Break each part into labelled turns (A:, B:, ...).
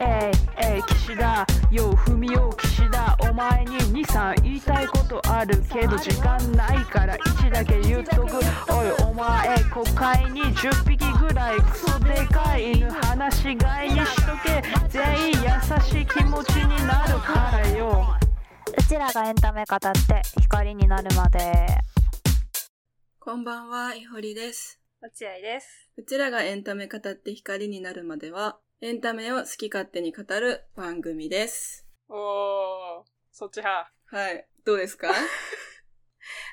A: えいえい岸田よう踏みよう岸田お前に23言いたいことあるけど時間ないから1だけ言っとくおいお前国会に10匹ぐらいクソでかい犬話しがいにしとけ全員優しい気持ちになるからよ
B: うちらがエンタメ語って光になるまで
C: こんばんは、いほりです。
D: 落合です。
C: うちらがエンタメ語って光になるまでは、エンタメを好き勝手に語る番組です。
D: おー、そっち派。
C: はい。どうです か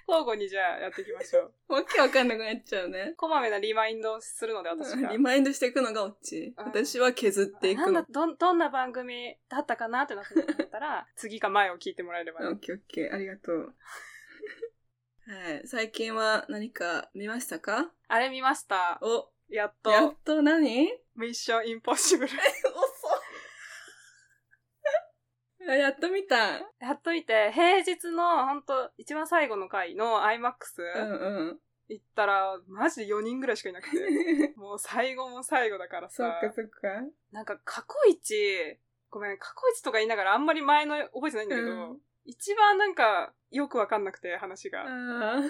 D: 交互にじゃあやっていきましょ う。
C: わけわかんなくなっちゃうね。
D: こまめなリマインドをするので、私が
C: リ。マインドしていくのがオチ。
D: うん
C: 私は削ってい
D: な
C: く
D: ん
C: の
D: だ。どん、どんな番組だったかなってなってっ たら、次か前を聞いてもらえれば
C: オ
D: ね
C: ッケーオッケー、ありがと う。はい。最近は何か見ましたか
D: あれ見ました。
C: お、
D: やっ
C: や
D: と
C: っ、と何遅
D: ミッションインポッシブル。
C: いあやっと見た。
D: やっといて、平日の、ほんと、一番最後の回の IMAX
C: うんう ん。
D: 行ったら、マジで4人ぐらいしか いなくて。もう最後も最後だから
C: そっ
D: さ。
C: かそっか。
D: なんか過去一、ごめん、過去一とか言いながらあんまり前の覚えてないんだけど、
C: うん
D: 一番なんかよくわかんなくて話が。
C: あー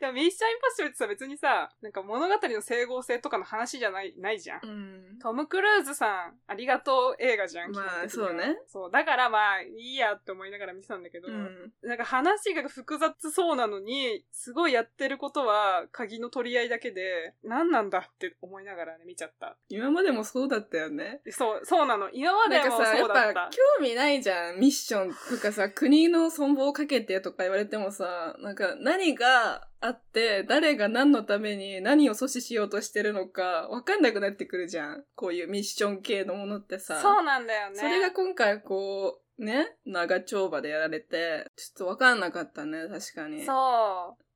D: でもミッションインポッシブルってさ別にさ、なんか物語の整合性とかの話じゃない、ないじゃん。
C: うん。
D: トム・クルーズさん、ありがとう映画じゃん。
C: まあ
D: 基本的には
C: そうね。
D: そう。だからまあ、いいやって思いながら見てたんだけど、
C: うん。
D: なんか話が複雑そうなのに、すごいやってることは鍵の取り合いだけで、何なんだって思いながらね、見ちゃった。
C: 今までもそうだったよね。
D: そう、そうなの。今まで
C: なん
D: も
C: かさ、や
D: そ
C: っ
D: うだっ
C: ぱ
D: た。
C: 興味ないじゃん。ミッションとかさ、国の存亡をかけてとか言われてもさ、なんか何があって、誰が何のために何を阻止しようとしてるのか、わかんなくなってくるじゃん。こういうミッション系のものってさ。
D: そうなんだよね。
C: それが今回こう、ね、長丁場でやられて、ちょっとわかんなかったね、確かに。
D: そう。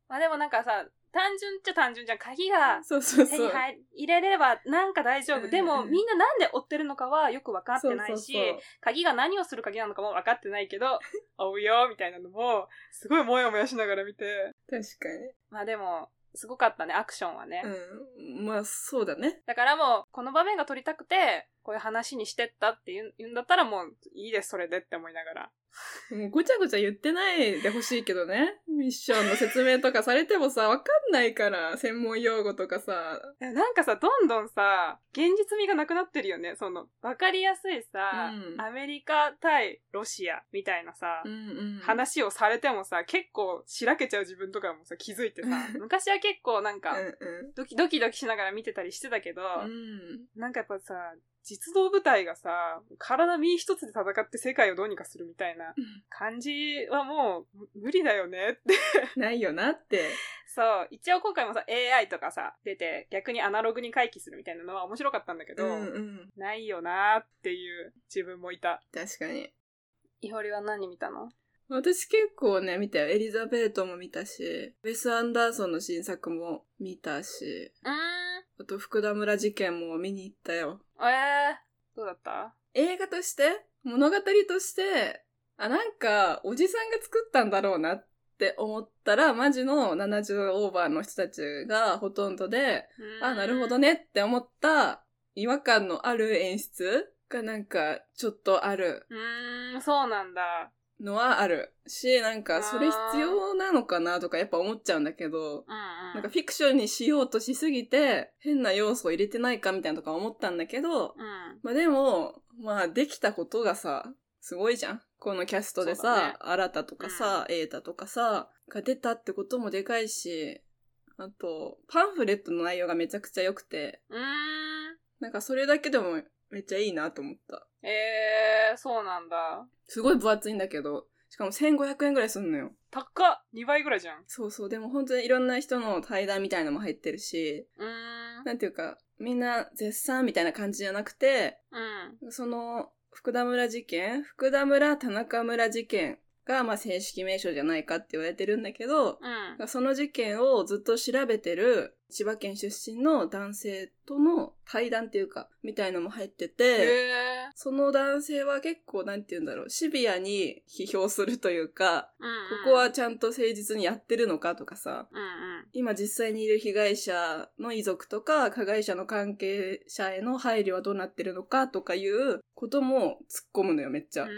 D: まあでもなんかさ、単純っちゃ単純じゃん。鍵が
C: そうそう
D: 手
C: そ
D: に
C: う。
D: 入入れればなんか大丈
C: うんう
D: 夫。
C: ん
D: でもみんななんで追ってるのかはよく分かっ
C: そ
D: て
C: う
D: な
C: そう
D: いし
C: そ、う。
D: 鍵が何をする鍵なのかも分かってないけど、 追うよみたいなのも、すごいモヤモヤしながら見て。
C: 確か
D: まあでも、すごかったね、アクションはね。
C: に。うん。まあ、そうだね。
D: だからもう、この場面が撮りたくて、こういう話にしてったって言う言うんだったらもう、いいです、それでって思いながら。
C: もうごちゃごちゃ言ってないでほしいけどね。ミッションの説明とかされてもさ、わかんないから、専門用語とかさ。
D: えなんかさ、どんどんさ、現実味がなくなってるよね。その、わかりやすいさ、
C: うん
D: アメリカ対ロシアみたいなさ、
C: んうん
D: 話をされてもさ、結構しらけちゃう自分とかもさ、気づいてさ、昔は結構なんか
C: う、ん
D: ドキドキドキしながら見てたりしてたけど、
C: うん。うん。
D: なんかやっぱさ、実動部隊がさ、体身一つで戦って世界をどうにかするみたいな感じはもうむ無理だよねって
C: ないよなって。
D: そう、一応今回もさ、AI とかさ、出て、逆にアナログに回帰するみたいなのは面白かったんだけど、
C: うん。
D: ないよなーっていう自分もいた。
C: 確かに。
D: いほりは何見たの
C: 私結構ね、見たよ。エリザベートも見たし、ウェス・アンダーソンの新作も見たし、
D: うーん。
C: あと福田村事件も見に行ったよ。
D: えー、どうだった
C: 映画として、物語として、あ、なんか、おじさんが作ったんだろうなって思ったら、マジの70オーバーの人たちがほとんどで、あ、なるほど
D: ね。
C: ねって思った違和感のある演出がなんか、ちょっとある
D: うーん、そうなんだ。
C: のはあるし、なんか、それ必要なのかなとかやっぱ思っちゃうんだけど、
D: うんうん。
C: なんかフィクションにしようとしすぎて、変な要素を入れてないかみたいなとか思ったんだけど、
D: うん。
C: まあでも、まあできたことがさ、すごいじゃん。このキャストで
D: そうだ
C: さ
D: ね、
C: 新たとかさ、瑛、太、とかさ、が出たってこともでかいし、あと、パンフレットの内容がめちゃくちゃ良くて、
D: うー
C: なんかそれだけでもめっちゃいいなと思った。
D: ん。えー、そうなんだ。
C: すごい分厚いんだけど、しかも1500円ぐらいすんのよ。
D: 高っ !2 倍ぐらいじゃん。
C: そうそう、でも本当にいろんな人の対談みたいのも入ってるし、
D: うーん。
C: なんていうか、みんな絶賛みたいな感じじゃなくて、
D: うん。
C: その、福田村事件、福田村、田中村事件が、まあ、正式名称じゃないかって言われてるんだけど、
D: うん。
C: その事件をずっと調べてる千葉県出身の男性との対談っていうか、みたいのも入って
D: へ
C: て、
D: え。
C: その男性は結構、なんて言うんだろう、シビアに批評するというか、
D: うんうん
C: ここは、ちゃんと誠実にやってるのかとかさ、
D: うんうん。
C: 今実際にいる被害者の遺族とか、加害者の関係者への配慮はどうなってるのかとかいうことも突っ込むのよ、めっちゃ
D: う。ーん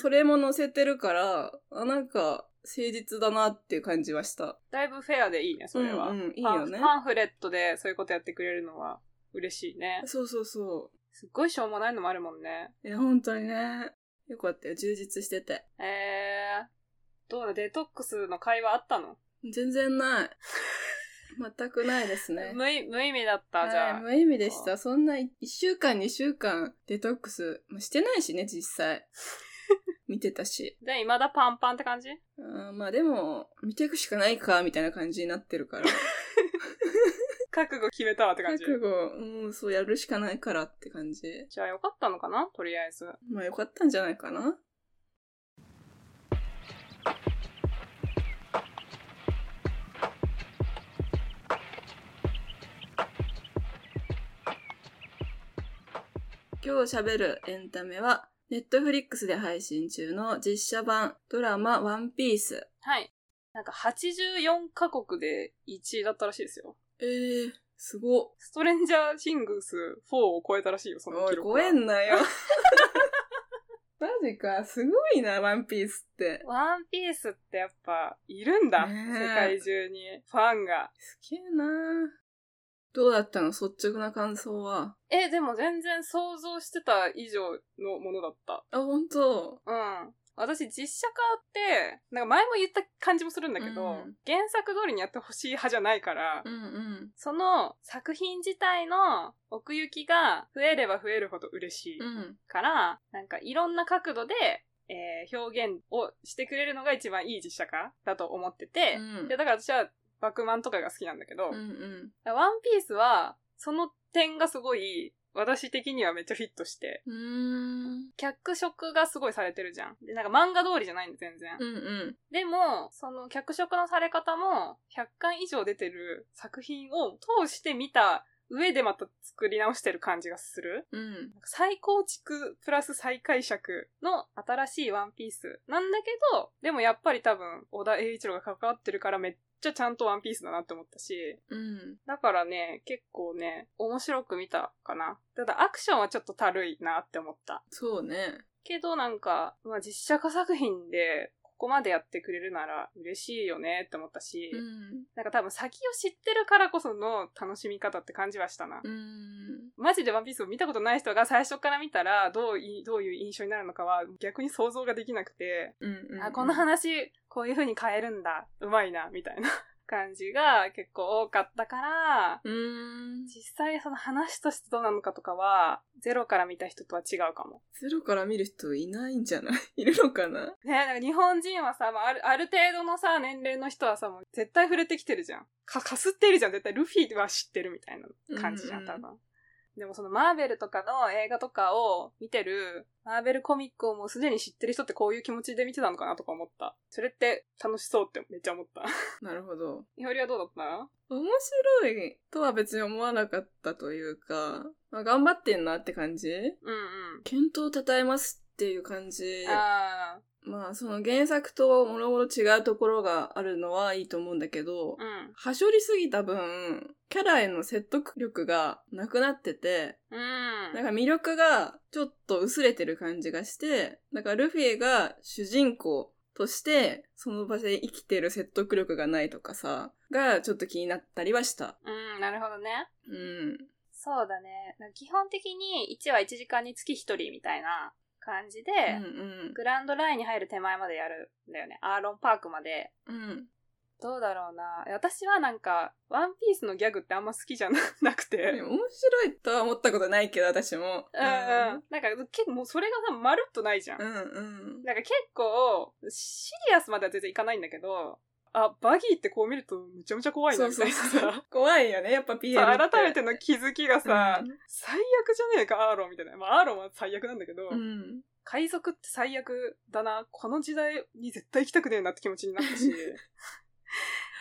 C: それも載せてるから、あなんか、誠実だなっていう感じはした。
D: だいぶフェアでいいね、それは。
C: うんうんいいよね
D: パンパンフレットでそういうことやってくれるのは嬉しいね。
C: そうそうそ
D: すっごいしょうもないのもあるもんね。
C: う。いや、本当にね。よかったよ、充実してて。
D: えー、どうだ、デトックスの会話あったの、
C: 全然 ない。全くないですね。
D: 無い無意味だった、じゃ
C: は
D: あ
C: い。無意味でした。そんな1週間、2週間デトックス、まあ、してないしね、実 際。見てたし。
D: で、未だパンパンって感じ
C: あーまあでも、見ていくしかないか、みたいな感じになってる から。
D: 覚悟決めたわって感じ。
C: 覚悟、うん、そうやるしかないからって感じ。
D: じゃあよかったのかなとりあえず。
C: まあよかったんじゃないかな。今日喋るエンタメは、ネットフリックスで配信中の実写版ドラマワンピース。
D: はい。なんか84カ国で1位だったらしいですよ。
C: えー、すごっ。
D: ストレンジャーシングス4を超えたらしいよ、その
C: お
D: 記
C: い、
D: 録
C: ご
D: は
C: えんな よ。マジか、すごいな、ワンピースって。
D: ワンピースってやっぱいるんだ、
C: ねえ
D: 世界中にファンが。
C: すげえなどうだったの率直な感想は。
D: え、でも全然想像してた以上のものだった。
C: あ、本当
D: うん。私実写化って、なんか前も言った感じもするんだけど、
C: うん
D: 原作通りにやってほしい派じゃないから、
C: うんうん。
D: その作品自体の奥行きが増えれば増えるほど嬉しい
C: うん。
D: から、なんかいろんな角度で、えー表現をしてくれるのが一番いい実写化だと思ってて、
C: うん
D: でだから私はバクマンとかが好きなんだけど、
C: うんうん。
D: ワンピースは、その点がすごい、私的にはめっちゃフィットして、
C: うーん。
D: 脚色がすごいされてるじゃん。で、なんか漫画通りじゃないんだ、全然。
C: うんうん。
D: でも、その脚色のされ方も、100巻以上出てる作品を通して見た上でまた作り直してる感じがする。
C: うん。
D: 再構築プラス再解釈の新しいワンピースなんだけど、でもやっぱり多分、小田栄一郎が関わってるからめっちゃちゃんとワンピースだなって思ったし、
C: うん。
D: だからね、結構ね、面白く見たかな。ただアクションはちょっとたるいなって思った。
C: そうね。
D: けどなんか、まあ実写化作品で、ここまでやってくれるなら嬉しいよねって思ったし、
C: うん。
D: なんか多分先を知ってるからこその楽しみ方って感じはしたな。
C: うん。
D: マジでワンピースを見たことない人が最初から見たらどうい、どういう印象になるのかは逆に想像ができなくて、
C: うん。
D: あ、この話、こういう風に変えるんだ。うまいな、みたいな 感じが結構多かったから、
C: うん。
D: 実際その話としてどうなのかとかは、ゼロから見た人とは違うかも。
C: ゼロから見る人いないんじゃないいるのかな
D: ねなんか日本人はさ、まあ、ある、ある程度のさ、年齢の人はさ、もう絶対触れてきてるじゃん。か、かすってるじゃん。絶対ルフィは知ってるみたいな感じじゃ、
C: うんんう
D: 多
C: ん
D: 分。でもそのマーベルとかの映画とかを見てる、マーベルコミックをもうすでに知ってる人ってこういう気持ちで見てたのかなとか思った。それって楽しそうってめっちゃ思った。
C: なるほど。
D: いおりはどうだった
C: 面白いとは別に思わなかったというか、まあ、頑張ってんなって感じ
D: うん
C: 健闘を称えますっていう感じ
D: うん。。ああ、
C: まあ、その原作ともろもろ違うところがあるのはいいと思うんだけど、
D: うん。
C: はしょりすぎた分、キャラへの説得力がなくなってて、
D: うん。
C: なんか魅力がちょっと薄れてる感じがして、なんかルフィが主人公として、その場で生きてる説得力がないとかさ、がちょっと気になったりはした。
D: うん、なるほどね。
C: うん。
D: そうだね。なんか基本的に1話1時間につき1人みたいな感じで、
C: うん
D: グランドラインに入る手前までやるんだよね。アーロンパークまで。
C: うん。うん。
D: どうだろうな。私はなんか、ワンピースのギャグってあんま好きじゃななく
C: で
D: て。
C: も面白いとは思ったことないけど、私も。
D: うんうん。なんか、結構もうそれがさ、まるっとないじゃん。
C: うんうん。
D: なんか結構、シリアスまでは全然いかないんだけど、あ、バギーってこう見るとむちゃむちゃ怖い
C: そ
D: な、
C: う
D: みた
C: そう
D: いな
C: そ
D: さ
C: う。。怖いよね、やっぱ PL
D: さ
C: って。
D: 改めての気づきがさ、
C: うん
D: 最悪じゃねえか、アーロンみたいな。まあ、アーロンは最悪なんだけど、
C: うん。
D: 海賊って最悪だな。この時代に絶対行きたくねえなって気持ちになったし。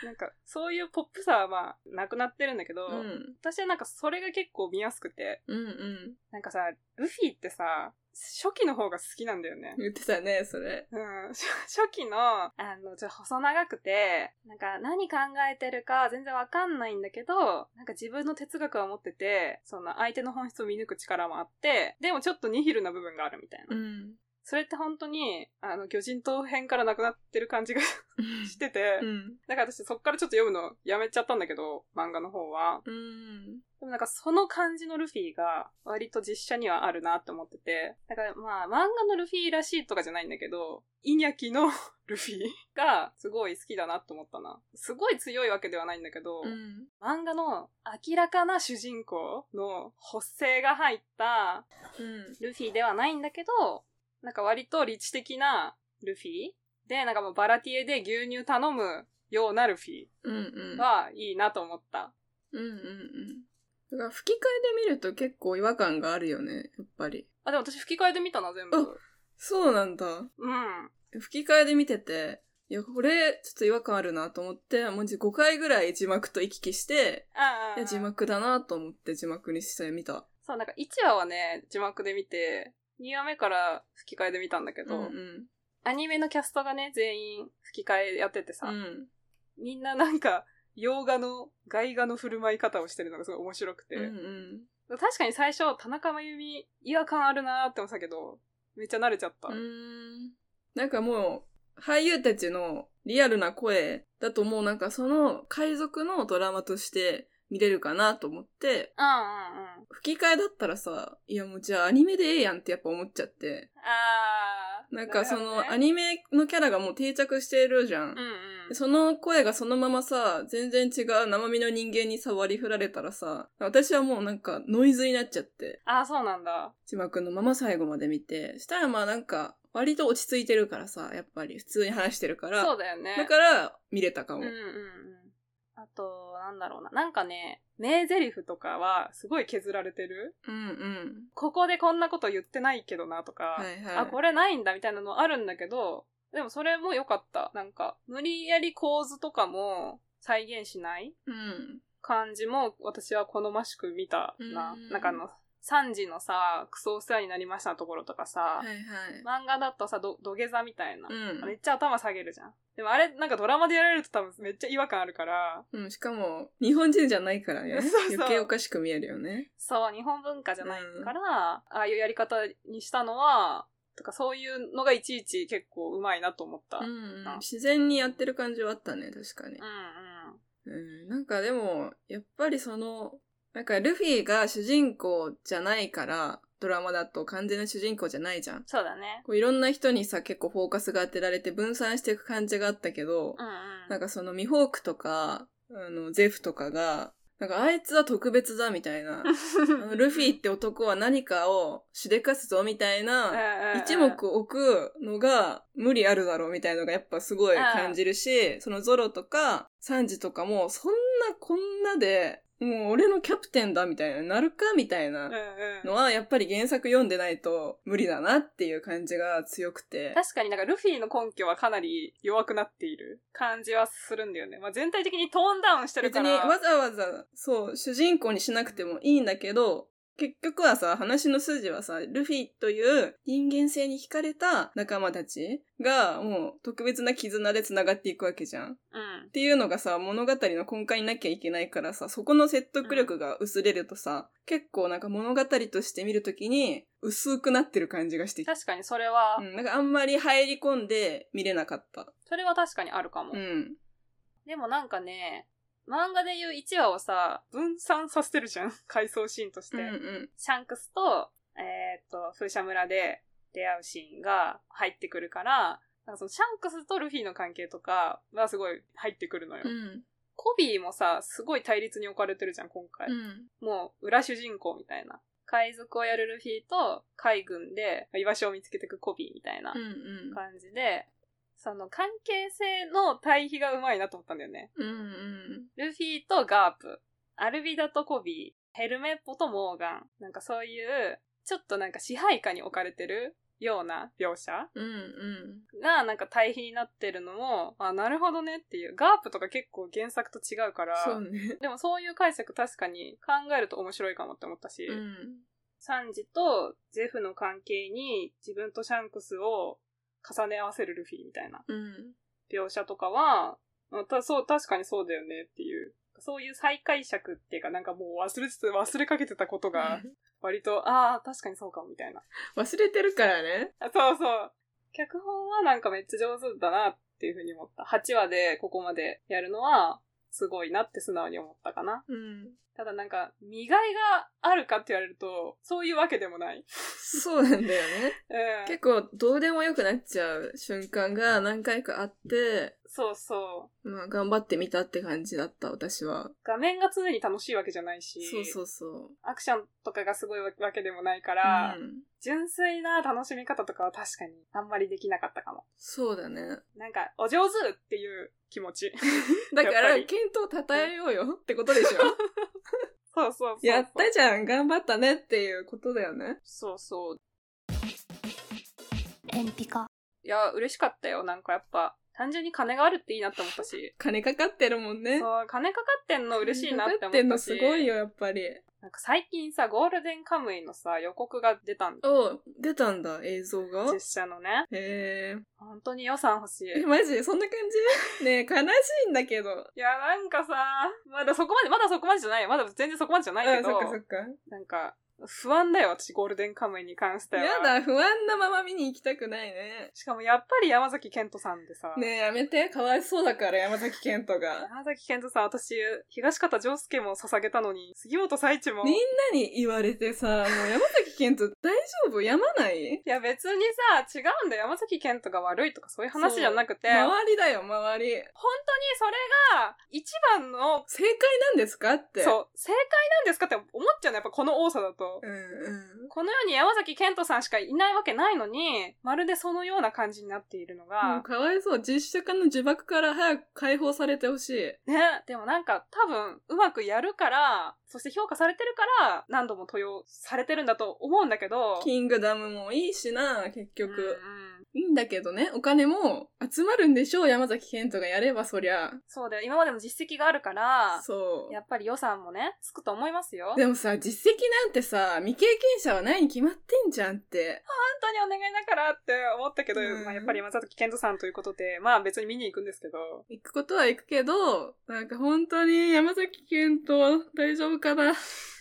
D: なんか、そういうポップさはまあ、なくなってるんだけど、
C: うん。
D: 私はなんかそれが結構見やすくて、
C: うんうん。
D: なんかさ、ルフィってさ、初期の方が好きなんだよね。
C: 言ってたね、それ。
D: うん、初初期の、あの、ちょっと細長くて、なんか何考えてるか全然わかんないんだけど、なんか自分の哲学を持ってて、その相手の本質を見抜く力もあって、でもちょっとニヒルな部分があるみたいな。
C: うん。
D: それって本当に、あの、魚人島編からなくなってる感じが してて、
C: うん。
D: だから私そっからちょっと読むのやめちゃったんだけど、漫画の方は。
C: うん。
D: でもなんかその感じのルフィが割と実写にはあるなって思ってて、だからまあ漫画のルフィらしいとかじゃないんだけど、イニャキの ルフィがすごい好きだなと思ったな。すごい強いわけではないんだけど、
C: うん。
D: 漫画の明らかな主人公の補正が入った
C: うん。
D: ルフィではないんだけど、なんか割と理知的なルフィで、なんかもうバラティエで牛乳頼むようなルフィ
C: うんうん。
D: はいいなと思った。
C: うんうんうん。だから吹き替えで見ると結構違和感があるよね、やっぱり。
D: あ、でも私吹き替えで見たな、全
C: うん
D: 部。
C: そうなんだ。
D: うん。
C: 吹き替えで見てて、いや、これ、ちょっと違和感あるなと思って、もう5回ぐらい字幕と行き来して、
D: ああ
C: いや、字幕だなと思って字幕にして見た。
D: そう、なんか1話はね、字幕で見て、2話目から吹き替えで見たんだけ
C: う
D: ど、
C: んうん。
D: アニメのキャストがね、全員吹き替えやっててさ、
C: うん。
D: みんななんか、洋画の、外画の振る舞い方をしてるのがすごい面白くて、
C: うんうん。
D: 確かに最初、田中真由美、違和感あるなーって思ってたけど、めっちゃ慣れちゃった。
C: うーんなんかもう、俳優たちのリアルな声だともうなんかその海賊のドラマとして見れるかなと思って、
D: うんうんうん。
C: 吹き替えだったらさ、いやもうじゃあアニメでええやんってやっぱ思っちゃって。
D: あー。
C: なんかそのア
D: ニ
C: ニメのキャラがもう定着してるじゃん
D: うん。うん。
C: その声がそのままさ、全然違う生身の人間にさ割り振られたらさ、私はもうなんかノイズになっちゃって。
D: あー、そうなんだ。
C: 字幕のまま最後まで見て、したらまあなんか、割と落ち着いてるからさ、やっぱり普通に話してるから、
D: そうだよね。
C: だから見れたかも。
D: うんうんうん。あと、なんだろうな。なんかね、名台詞とかはすごい削られてる。
C: うんうん。
D: ここでこんなこと言ってないけどなとか、
C: はいはい。
D: あ、これないんだみたいなのあるんだけど、でもそれも良かった。なんか、無理やり構図とかも再現しない
C: うん。
D: 感じも私は好ましく見たな
C: う。ん
D: なんかあの、3時のさ、クソお世話になりましたのところとかさ
C: はい、はい。
D: 漫画だとさ、ど土下座みたいな
C: う。
D: め
C: ん
D: っちゃ頭下げるじゃん。でもあれ、なんかドラマでやられると多分めっちゃ違和感あるから、
C: うん、しかも、日本人じゃないからね。
D: そうそう
C: 余計おかしく見えるよね。
D: そう、日本文化じゃないから、ああいうやり方にしたのは、とかそういうのがいちいち結構うまいなと思った。
C: う
D: うんん、
C: うん。自然にやってる感じはあったね、確かに。
D: うん。
C: うん、なんかでも、やっぱりその、なんかルフィが主人公じゃないから、ドラマだと完全な主人公じゃないじゃん。
D: そうだね。
C: こういろんな人にさ、結構フォーカスが当てられて分散していく感じがあったけど、
D: うんうん。
C: なんかそのミホークとか、あの、ゼフとかが、なんかあいつは特別だみたいな、あのルフィって男は何かをしでかすぞみたいな、一目置くのが無理あるだろうみたいのがやっぱすごい感じるし、そのゾロとかサンジとかもそんなこんなで、もう俺のキャプテンだみたいな、なるかみたいな
D: うんうん
C: のはやっぱり原作読んでないと無理だなっていう感じが強くて。
D: 確かになんかルフィの根拠はかなり弱くなっている感じはするんだよね。まあ全体的にトーンダウンしてる
C: 別
D: か
C: に
D: ら。
C: わざわざ、そう、主人公にしなくてもいいんだけど、結局はさ、話の筋はさ、ルフィという人間性に惹かれた仲間たちが、もう特別な絆で繋がっていくわけじゃん。っ
D: うん。
C: ていうのがさ、物語の根幹になきゃいけないからさ、そこの説得力が薄れるとさ、結構なんか物語として見るときに薄くなってる感じがしてきて
D: 確かにそれは、
C: うん、なんかあんまり入り込んで見れなかった。
D: それは確かにあるかも。
C: うん。
D: でもなんかね、漫画でいう1話をさ、分散させてるじゃん。 回想シーンとして。
C: うんうん。
D: シャンクスと、えーっと、風車村で出会うシーンが入ってくるから、なんかそのシャンクスとルフィの関係とかはすごい入ってくるのよ。
C: うん。
D: コビーもさ、すごい対立に置かれてるじゃん、今回。
C: うん。
D: もう、裏主人公みたいな。海賊をやるルフィと海軍で居場所を見つけてくコビーみたいな
C: うん。
D: 感じで、その関係性の対比がうまいなと思ったんだよね。
C: うんうん。
D: ルフィとガープ、アルビダとコビー、ヘルメッポとモーガン、なんかそういう、ちょっとなんか支配下に置かれてるような描写
C: うんうん。
D: がなんか対比になってるのも、あ、なるほどねっていう。ガープとか結構原作と違うから、
C: そうね。
D: でもそういう解釈確かに考えると面白いかもって思ったし、
C: うん。
D: サンジとゼフの関係に自分とシャンクスを重ね合わせるルフィみたいな
C: うん。
D: 描写とかは、あたそう、確かにそうだよねっていう。そういう再解釈っていうか、なんかもう忘れつつ、忘れかけてたことが、割と、ああ、確かにそうかも、みたいな。
C: 忘れてるからね。
D: あそうそう。脚本はなんかめっちゃ上手だなっていうふうに思った。8話でここまでやるのは、すごいなって素直に思ったかな。
C: うん。
D: ただなんか、見がいがあるかって言われると、そういうわけでもない。
C: そうなんだよね。
D: うん。
C: 結構どうでもよくなっちゃう瞬間が何回かあって、
D: そうそう。
C: まあ頑張ってみたって感じだった、私は。
D: 画面が常に楽しいわけじゃないし、
C: そうそうそう。
D: アクションとかがすごいわけでもないか
C: う
D: ら、
C: ん。
D: 純粋な楽しみ方とかは確かにあんまりできなかったかも。
C: そうだね。
D: なんか、お上手っていう気 持ち。
C: だか
D: やっぱ
C: ら、
D: り
C: ケントを称えようよってことでしょ
D: そうそうそうそう。
C: やったじゃん、頑張ったねっていうことだよね。
D: そうそう。
B: 天日か
D: いや、嬉しかったよ。なんかやっぱ、単純に金があるっていいなって思ったし。
C: 金かかってるもんね。
D: そう、金かかってんの嬉しいなって思った
C: 金かか
D: し。
C: ってんのすごいよ、。やっぱり。
D: なんか最近さ、ゴールデンカムイのさ、予告が出たんだ。
C: お出たんだ、映像が。
D: 実写のね。
C: へー
D: 本当に予算欲しい。
C: え、マジそんな感 じねえ、悲しいんだけど。
D: いや、なんかさ、まだそこまで、まだそこまでじゃないよ。まだ全然そこまでじゃないけ
C: あ、
D: ど。
C: そっかそっか。
D: なんか、不安だよ、私、ゴールデンカムイに関しては。
C: やだ、不安なまま見に行きたくないね。
D: しかもやっぱり山崎賢人さんでさ、
C: ねえ、やめて。かわいそうだから、山崎賢人 が。
D: 山崎賢人さん、私、東方丈介も捧げたのに、杉本彩一も。
C: みんなに言われてさ、もう山崎賢人大丈夫やまない
D: いや別にさ、違うんだよ。山崎賢人が悪いとかそういう話じゃなくて、本当
C: 周
D: に
C: りだよ、周り。
D: それが一番の、
C: 正解なんですかって。
D: そう、正解なんですかって思っちゃうの、やっぱこの多さだと。
C: うんうん。
D: この世に山崎賢人さんしかいないわけないのに、まるでそのような感じになっているの
C: も
D: が
C: う、かわいそう。実写化の呪縛から早く解放されてほしい。
D: ね、でもなんか多分うまくやるから、そして評価されてるから何度も登用されてるんだと思うんだけど、
C: キングダムもいいしな、結局。
D: うんうん
C: いいんだけどね、お金も集まるんでしょう、山崎賢人がやればそりゃ。
D: そうだよ、今までの実績があるから、
C: そう
D: や。っぱり予算もね、つくと思いますよ。本
C: でもさ、実績なんてさ、未経験者はないに決まってんじゃんって。
D: 当にお願いだからって思ったけど、
C: うん
D: まあ、やっぱり山崎賢人さんということで、まあ別に見に行くんですけど、
C: 行くことは行くけど、なんか本当に山崎賢人は大丈夫かな。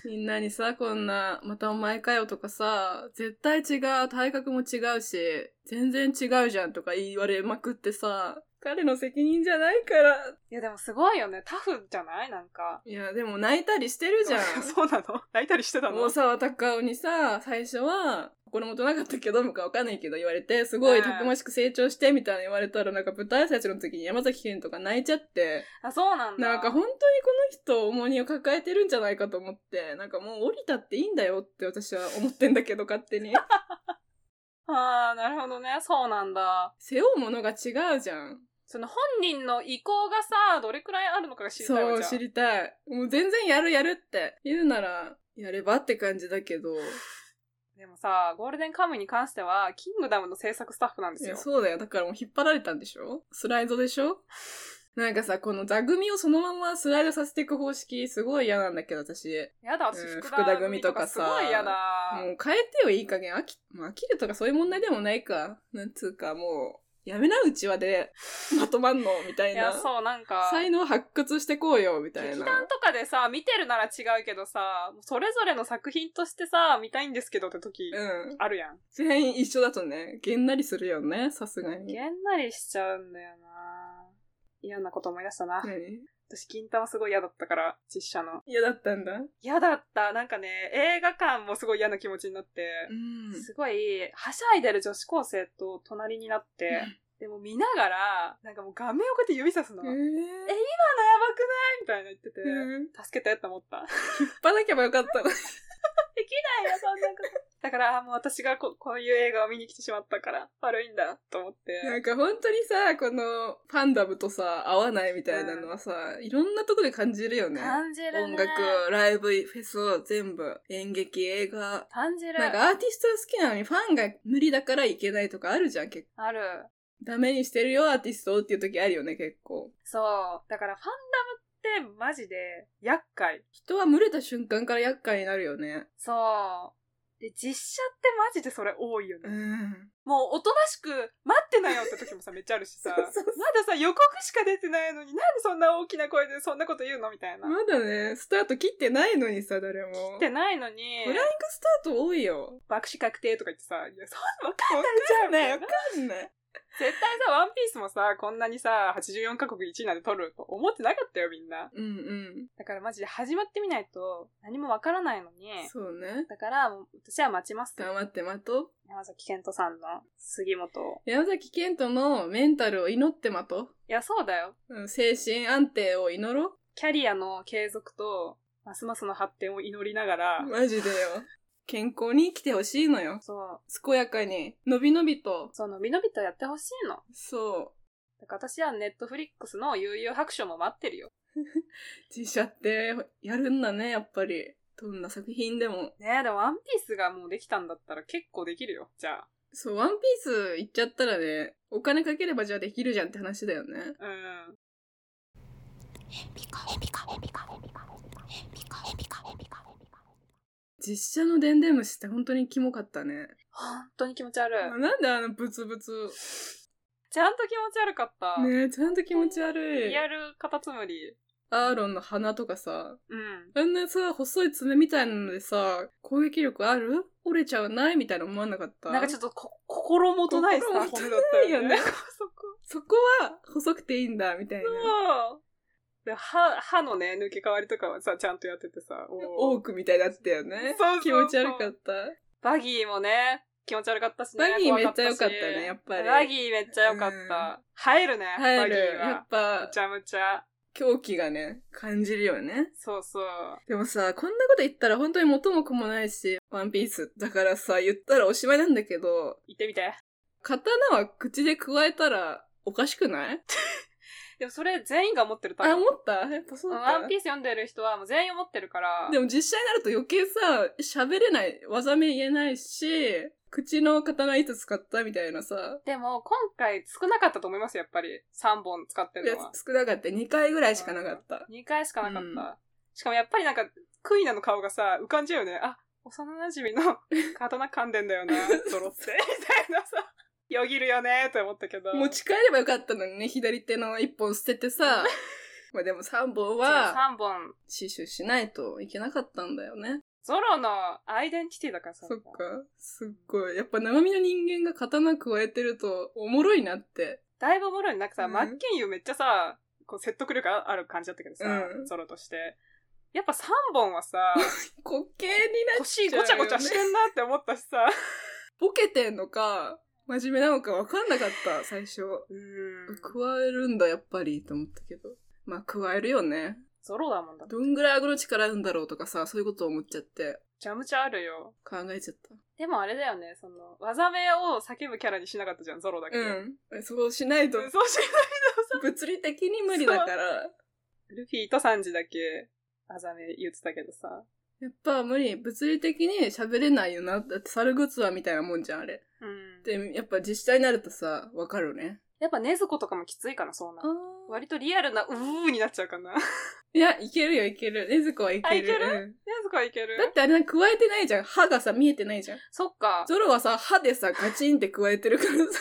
C: みんなにさ、こんな、またお前かよとかさ、絶対違う、体格も違うし、全然違うじゃんとか言われまくってさ、彼の責任じゃないから。
D: いやでもすごいよね、タフじゃないなんか。
C: いや、でも泣いたりしてるじゃん。
D: そうなの泣いたりしてたの
C: 大沢たかおにさ、最初は、心もとなかったけど、僕はわかんないけど言われて、すごいたくましく成長して、みたいな言われたら、なんか舞台挨拶の時に山崎賢とか泣いちゃって、
D: あ、そうなんだ。
C: なんか本当にこの人重荷を抱えてるんじゃないかと思って、なんかもう降りたっていいんだよって私は思ってんだけど、勝 手に。
D: ああ、なるほどね、そうなんだ。
C: 背負うものが違うじゃん。
D: その本人の意向がさ、どれくらいあるのかが知りたいわ
C: そう、
D: じゃあ
C: 知りたい。もう全然やるやるって言うなら、やればって感じだけど、
D: でもさ、ゴールデンカムイに関しては、キングダムの制作スタッフなんです
C: いや
D: よ。
C: そうだよ。だからもう引っ張られたんでしょスライドでし ょなんかさ、この座組をそのままスライドさせていく方式、すごい嫌なんだけど、私。
D: やだ、私、
C: うん
D: 福田組とか
C: 福
D: す
C: 田組とかさ
D: ごいやだ。
C: もう変えてよ、いい加減。飽き、まあ、飽きるとかそういう問題でもないか。なんつうか、もう、やめな、うちわ で、まとまんの、みたい
D: い
C: な。
D: や、そう、なんか、
C: 才能発掘してこうよ、みたい
D: 劇
C: な。
D: 団とかでさ、見てるなら違うけどさ、もうそれぞれの作品としてさ、見たいんですけどって時、
C: うん。
D: あるやん。
C: 全員一緒だとね、げんなりするよね、さすがに。
D: げんなりしちゃうんだよな嫌なこと思い出したな。
C: 何
D: 私、銀玉すごい嫌だったから、実写の。
C: 嫌だったんだ。う
D: 嫌だった。なんかね、映画館もすごい嫌な気持ちになって。
C: ん
D: すごい、はしゃいでる女子高生と隣になって、でも見ながら、なんかもう画面をこうやって指さすの。
C: え
D: 今のや
C: ー、
D: ばくないみたいな言ってて、
C: うん
D: 助けてって思った。で
C: 引っ張らなけばよかったの。
D: きないよ、そんなこだから、あーもう私がここういう映画を見に来てしまったから悪いんだと思って。
C: なんか本当にさ、このファンダムとさ、合わないみたいなのはさ、いろんなとこで感じるよね。
D: 感じるね。
C: 音楽、ライブ、フェスを全部、演劇、映画。
D: 感じる。
C: なんかアーティストが好きなのにファンが無理だからいけないとかあるじゃん、結構。
D: ある。
C: ダメにしてるよ、アーティストをっていう時あるよね、結構。
D: そう。だからファンダムってマジで厄介。
C: 人は群れた瞬間から厄介になるよね。
D: そう。で、実写ってマジでそれ多いよね。
C: うん。
D: もうおとなしく待ってなよって時もさ、めっちゃあるしさ。
C: そうそうそう
D: まださ、予告しか出てないのに、なんでそんな大きな声でそんなこと言うのみたいな。
C: ま
D: っ
C: だね、スタート切ってないのにさ、誰も。切
D: てないのに
C: フライン、グスタート多いよ。
D: 爆死確定とか言ってさ、いや、そんなわかん
C: わ
D: ないじゃ
C: か
D: ん
C: んな
D: みた
C: い、
D: い
C: わ
D: な
C: かんない。
D: 絶対さ、ワンピースもさ、こんなにさ、84カ国1位なんて撮ると思ってなかったよ、みんな。
C: うんうん。
D: だからマジで始まってみないと何もわからないのに。
C: そうね。
D: だから、もう私は待ちます。
C: 黙って待とう。
D: 山崎賢人さんの杉本を。
C: 山崎賢人のメンタルを祈って待と
D: いや、そうだよ。
C: う。うん、精神安定を祈ろ
D: キャリアの継続と、ますますの発展を祈りながら
C: う。、マジでよ。健康に生きてほしいのよ。
D: そう、
C: 健やかに、のびのびと。
D: そう、のびのびとやってほしいの。
C: そ
D: だから私はネットフリックスの悠々白書も待ってるよ。
C: う。自社ってやるんだね、やっぱり。どんな作品でも。
D: ねえ、でもワンピースがもうできたんだったら結構できるよ、じゃあ。
C: そう、ワンピース行っちゃったらね、お金かければじゃあできるじゃんって話だよね。
D: うん。
C: 実写のデンデムシって本当にキモかったね。
D: 本当に気持ち悪い。
C: なんであのブツブツ。
D: ちゃんと気持ち悪かった。
C: ねえ、ちゃんと気持ち悪い
D: リ。アルカタツムリ。
C: アーロンの鼻とかさ、
D: う
C: あ
D: ん。
C: んなさ、細い爪みたいなのでさ、攻撃力ある折れちゃわないみたいな思わなかった。
D: なんかちょっとこ心もとないさ、
C: 心もと
D: 骨
C: ない
D: だったよ
C: よ
D: ね。
C: ね
D: そこ。
C: そこは細くていいんだ、みたいな。
D: そう。で歯、歯のね、抜け替わりとかはさ、ちゃんとやっててさ、
C: 多
D: おー
C: くみたいだったよね。
D: そうそうそう
C: 気持ち悪かった。
D: バギーもね、気持ち悪かったしね。
C: バギー
D: 怖し
C: めっちゃ良かったねやっぱり
D: バギーめっちゃ良かっ
C: う
D: た。入るね、バ
C: 入
D: ギ
C: る。
D: ー
C: や
D: は
C: っ。ぱ
D: む、ちゃむちゃ。
C: 狂気がね、感じるよね。
D: そうそう。
C: でもさ、こんなこと言ったら本当に元も子もないし、ワンピース。だからさ、言ったらおしまいなんだけど、
D: 行ってみて。
C: 刀は口でくわえたらおかしく ない
D: でもそれ全員が持ってる多分
C: あ、思ったやっぱそうだ
D: ワンピース読んでる人はもう全員持ってるから。
C: でも実写になると余計さ、喋れない、技名言えないし、口の刀いつ使ったみたいなさ。
D: でも今回少なかったと思いますよやっぱり。3本使って
C: い
D: る
C: や
D: のは。
C: 少なかった。2回ぐらいしかなかった。
D: 2回しかなかった。
C: うん
D: しかもやっぱりなんか、クイナの顔がさ、浮かんじゃうよね。あ、幼 馴染の刀噛んでんだよな、ドロって。みたいなさ、よぎるよねって思ったけど。
C: 持ち帰ればよかったのにね、左手の1本捨てて さ。まあでも3本は、
D: 3本。
C: 死守しないといけなかったんだよね。
D: ゾロのアイデンティティだからさ。
C: そっか。すっごい。やっぱ生身の人間が刀加えてると、おもろいなって。
D: だいぶおもろい。なんかさ、
C: うん
D: マッケンユーめっちゃさ、こう説得力ある感じだったけどさ、
C: うん
D: ゾロとして。やっぱ3本 はさ、
C: 滑稽になっちゃう
D: 腰
C: よ、ね。
D: ごちゃごちゃしてんなって思ったしさ。
C: ボケてんのか、真面目なのか分かんなかった、最初。
D: うん
C: 加えるんだ、やっぱり、と思ったけど。まあ、加えるよね。
D: ゾロだもんだって。
C: どんぐらい顎の力あるんだろうとかさ、そういうことを思っちゃって、
D: めちゃむちゃあるよ。
C: 考えちゃった。
D: でもあれだよね、その、技名を叫ぶキャラにしなかったじゃん、ゾロだけ。
C: うん。そうしないと、
D: そうし
C: 物理的に無理だから。
D: ない。ルフィとサンジだけ、技名言ってたけどさ。
C: やっぱ無理。物理的に喋れないよな。だって、猿グツアみたいなもんじゃん、あれ。
D: うん。
C: で、やっぱ実際になるとさ、わかるね。
D: やっぱ禰豆子とかもきついからそうな
C: あ
D: の。
C: ー
D: 割とリアルな、うーになっちゃうか な。禰
C: いや、いけるよ、いける。ねずこはいけ
D: あ
C: る。
D: いける
C: うん
D: 豆子はいける
C: だってあれなんか加えてないじゃん。歯がさ、見えてないじゃん。
D: そっか。
C: ゾロはさ、歯でさ、ガチンって加えてるからさ。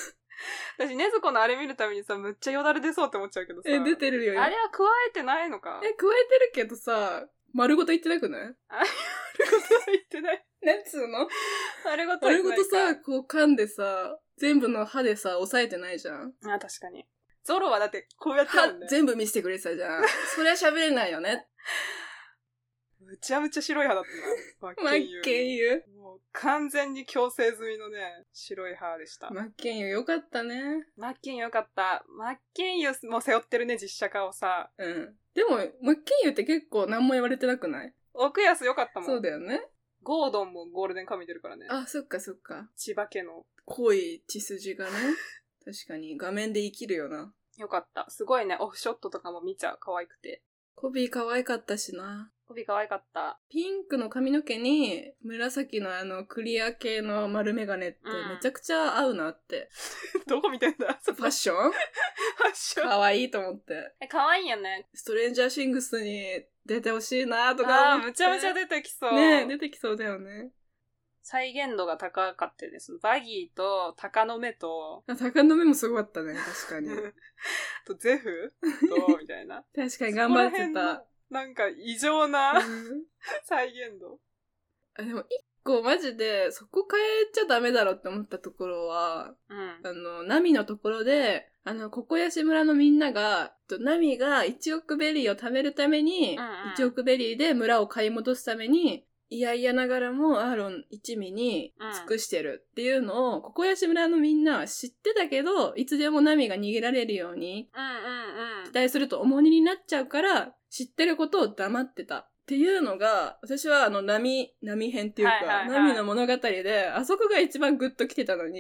D: 私、禰豆子のあれ見るためにさ、むっちゃよだれ出そうって思っちゃうけどさ。
C: え、出てるよ。今
D: あれは加えてないのか。
C: え、加えてるけどさ、丸ごと言ってなくない
D: 言って ない。
C: なんつうの
D: 丸ごとは言
C: 丸
D: って
C: ご
D: な
C: と
D: いか
C: さ、こう噛んでさ、全部の歯でさ、押さえてないじゃん。
D: あ、確かに。ゾロはだって、こうやってや
C: 歯
D: るんだよ
C: 全部見せてくれてたじゃん。そりゃ喋れないよね。
D: むちゃむちゃ白い歯だったな。
C: マッケンユ
D: ユもう完全に矯正済みのね、白い歯でした
C: ー。。マッケンユーよかったね。
D: マッケンユよかった。マッケンユも背負ってるね、実写化をさ。
C: うん。でも、マッケンユーって結構何も言われてなくない
D: 奥安よかったもん。
C: そうだよね。
D: ゴードンもゴールデンカムイ出るからね。
C: あ、そっかそっか。
D: 千葉家の。
C: 濃い血筋 がね。確かに画面で生きるよな。
D: よかった。すごいね、オフショットとかも見ちゃう。可愛くて。
C: コビー可愛かったしな。
D: 帯可愛か った。
C: ピンクの髪の毛に紫のあのクリア系の丸メガネって
D: うん
C: めちゃくちゃ合うなって。
D: どこ見てんだ
C: ファッショ ン
D: ファッション。
C: 可愛いと思って。
D: え、可愛いよね。
C: ストレンジャーシングスに出てほしいなとか
D: あ
C: 思って。
D: ーむちゃむちゃ出てきそう。
C: ねえ出てきそうだよね。
D: 再現度が高かったです。バギーと、鷹の目と、
C: あ坂の目もすごかったね、確かに。
D: あ とゼフと、みたい な。
C: 確かに頑張ってた。
D: なんか異常 な
C: うん
D: 再現度。
C: あでも一個マジでそこ変えちゃダメだろって思ったところは、
D: うん。
C: あの、ナミのところで、あの、ここやし村のみんなが、えっとナミが1億ベリーを貯めるために、
D: うんうん
C: 1億ベリーで村を買い戻すために、いやいやながらもアーロン一味に尽くしてるっていうのを、ここやし村のみんなは知ってたけど、いつでもナミが逃げられるように、
D: うんうんうん
C: 期。待すると重荷になっちゃうから、知ってることを黙ってた。っていうのが、私はあの、波、波編っていうか、
D: はいはいはい
C: ナミの物語で、あそこが一番グッと来てたのに、